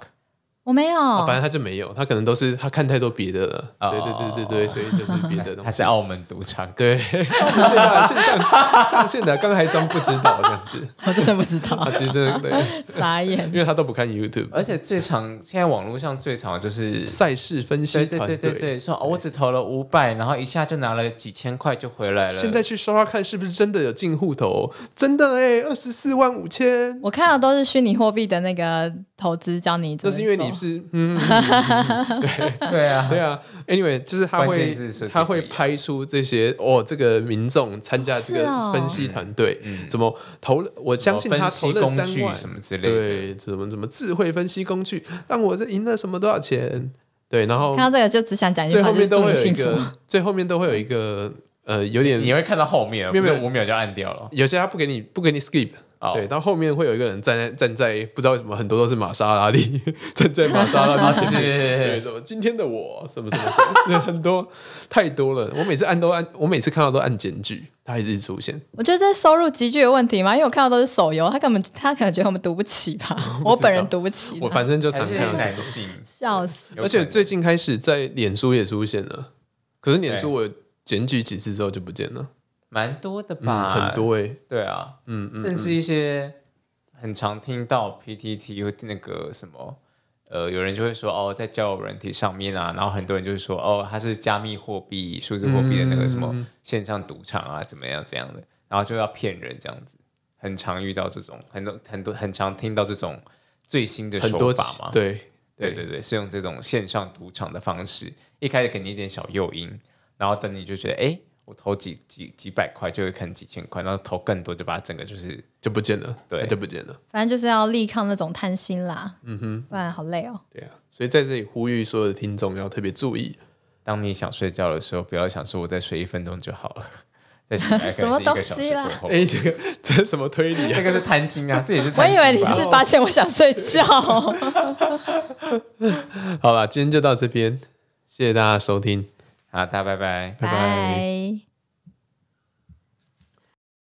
Speaker 2: 我没有。
Speaker 1: 哦反正他就没有，他可能都是他看太多别的了。
Speaker 3: 哦
Speaker 1: 对对对对对，所以就是别的东
Speaker 3: 它
Speaker 1: 西。
Speaker 3: 是澳门赌 *laughs* 场。
Speaker 1: 对，线上线上上线的，刚才还装不知道这样子。
Speaker 2: *laughs* 我真的不知道
Speaker 1: 他，其实真的对，
Speaker 2: 傻眼
Speaker 1: 因。为他都不看 YouTube
Speaker 3: 而且最常现在网络上最常的就是，
Speaker 1: 赛事分析
Speaker 3: 对对
Speaker 1: 团
Speaker 3: 对
Speaker 1: 队。
Speaker 3: 对对，说哦我只投了五百，然后一下就拿了几千块就回来了。
Speaker 1: 现在去刷刷看是不是真的有进户头？真的哎、二十四万五千。
Speaker 2: 我看到都是虚拟货币的那个投资，教你怎
Speaker 1: 那
Speaker 2: 么做。
Speaker 1: 是因为你是嗯，
Speaker 3: 对啊，
Speaker 1: 对啊，anyway，就是他
Speaker 3: 关
Speaker 1: 会
Speaker 3: 键字设计
Speaker 1: 他
Speaker 3: 不
Speaker 1: 会
Speaker 3: 一样
Speaker 1: 拍出这些哦，这个民众参加这
Speaker 2: 是
Speaker 1: 个
Speaker 2: 哦
Speaker 1: 分析团队、
Speaker 3: 嗯
Speaker 1: 怎么投了，我
Speaker 3: 什
Speaker 1: 相
Speaker 3: 么
Speaker 1: 信他投
Speaker 3: 分析
Speaker 1: 了
Speaker 3: 工
Speaker 1: 三
Speaker 3: 具
Speaker 1: 万，
Speaker 3: 什么之类的。
Speaker 1: 对，怎么怎么智慧分析工具让我这赢了什么多少钱？对，然后
Speaker 2: 看到这个就只想讲一句
Speaker 1: 最
Speaker 2: 话，
Speaker 1: 后
Speaker 2: 就是
Speaker 1: 面都
Speaker 2: 祝
Speaker 1: 会
Speaker 2: 你
Speaker 1: 有一
Speaker 2: 幸福。
Speaker 1: 个，最后面都会有一个呃，有
Speaker 3: 你
Speaker 1: 点
Speaker 3: 会看到后面，
Speaker 1: 没有没有
Speaker 3: 不是五秒就按掉了。
Speaker 1: 有些他不给你不给你 skip，
Speaker 3: 好
Speaker 1: 对，到后面会有一个人站在站在不知道为什么很多都是玛莎拉蒂， *laughs* 站在玛莎拉蒂前面，
Speaker 3: 对对对对
Speaker 1: 对什么今天的我什么什么什么，对很多太多了。我每次按都按，我每次看到都按检举，他一直出现。
Speaker 2: 我觉得这是收入集聚的问题嘛，因为我看到都是手游，他根本他可能觉得我们读不起
Speaker 1: *laughs*
Speaker 2: 吧，我本人读不起
Speaker 1: 我
Speaker 2: 吧，
Speaker 1: 反正就常
Speaker 3: 还是
Speaker 1: 看到这
Speaker 3: 男
Speaker 1: 种，
Speaker 3: 性，
Speaker 2: 笑死。
Speaker 3: 有可能
Speaker 1: 而且最近开始在脸书也出现了，可是脸书
Speaker 3: 对
Speaker 1: 我检举几次之后就不见了，
Speaker 3: 蛮多的吧，
Speaker 1: 嗯，很，多哎、
Speaker 3: 对啊，
Speaker 1: 嗯嗯，
Speaker 3: 甚至一些很常听到 PTT 或那个什么，呃，有人就会说哦，在交友软体上面啊，然后很多人就是说哦，它是加密货币、数字货币的那个什
Speaker 1: 嗯
Speaker 3: 么线上赌场啊，怎么样怎样的，然后就要骗人这样子，很常遇到这种，很多很多很常听到这种最新的
Speaker 1: 很
Speaker 3: 手
Speaker 1: 多
Speaker 3: 法嘛，
Speaker 1: 对
Speaker 3: 对对对，是用这种线上赌场的方式，一开始给你一点小诱因，然后等你就觉得，哎，我投几几几百块就会看几千块，然后投更多就把它整个就是
Speaker 1: 就不见了，
Speaker 3: 对
Speaker 1: 它就不见了。
Speaker 2: 反正就是要力抗那种贪心啦，
Speaker 1: 嗯哼，
Speaker 2: 不然好累哦。
Speaker 1: 对啊，所以在这里呼吁所有的听众要特别注意，
Speaker 3: 当你想睡觉的时候，不要想说我再睡一分钟就好了，再醒来可
Speaker 2: 什么
Speaker 3: 能是一
Speaker 2: 东
Speaker 3: 个小
Speaker 2: 西
Speaker 3: 时
Speaker 2: 啦
Speaker 3: 过后，
Speaker 1: 哎、这个这是什么推理
Speaker 3: 那
Speaker 1: 啊？
Speaker 3: 个是贪心啊，这也是
Speaker 2: 我
Speaker 3: 贪
Speaker 2: 以
Speaker 3: 心吧。
Speaker 2: 为你
Speaker 1: 哦
Speaker 2: 是发现我想睡觉，
Speaker 1: 好啦，今天就到这边，谢谢大家收听。
Speaker 3: 好，大家拜拜。
Speaker 2: *laughs*
Speaker 1: 拜
Speaker 2: 拜。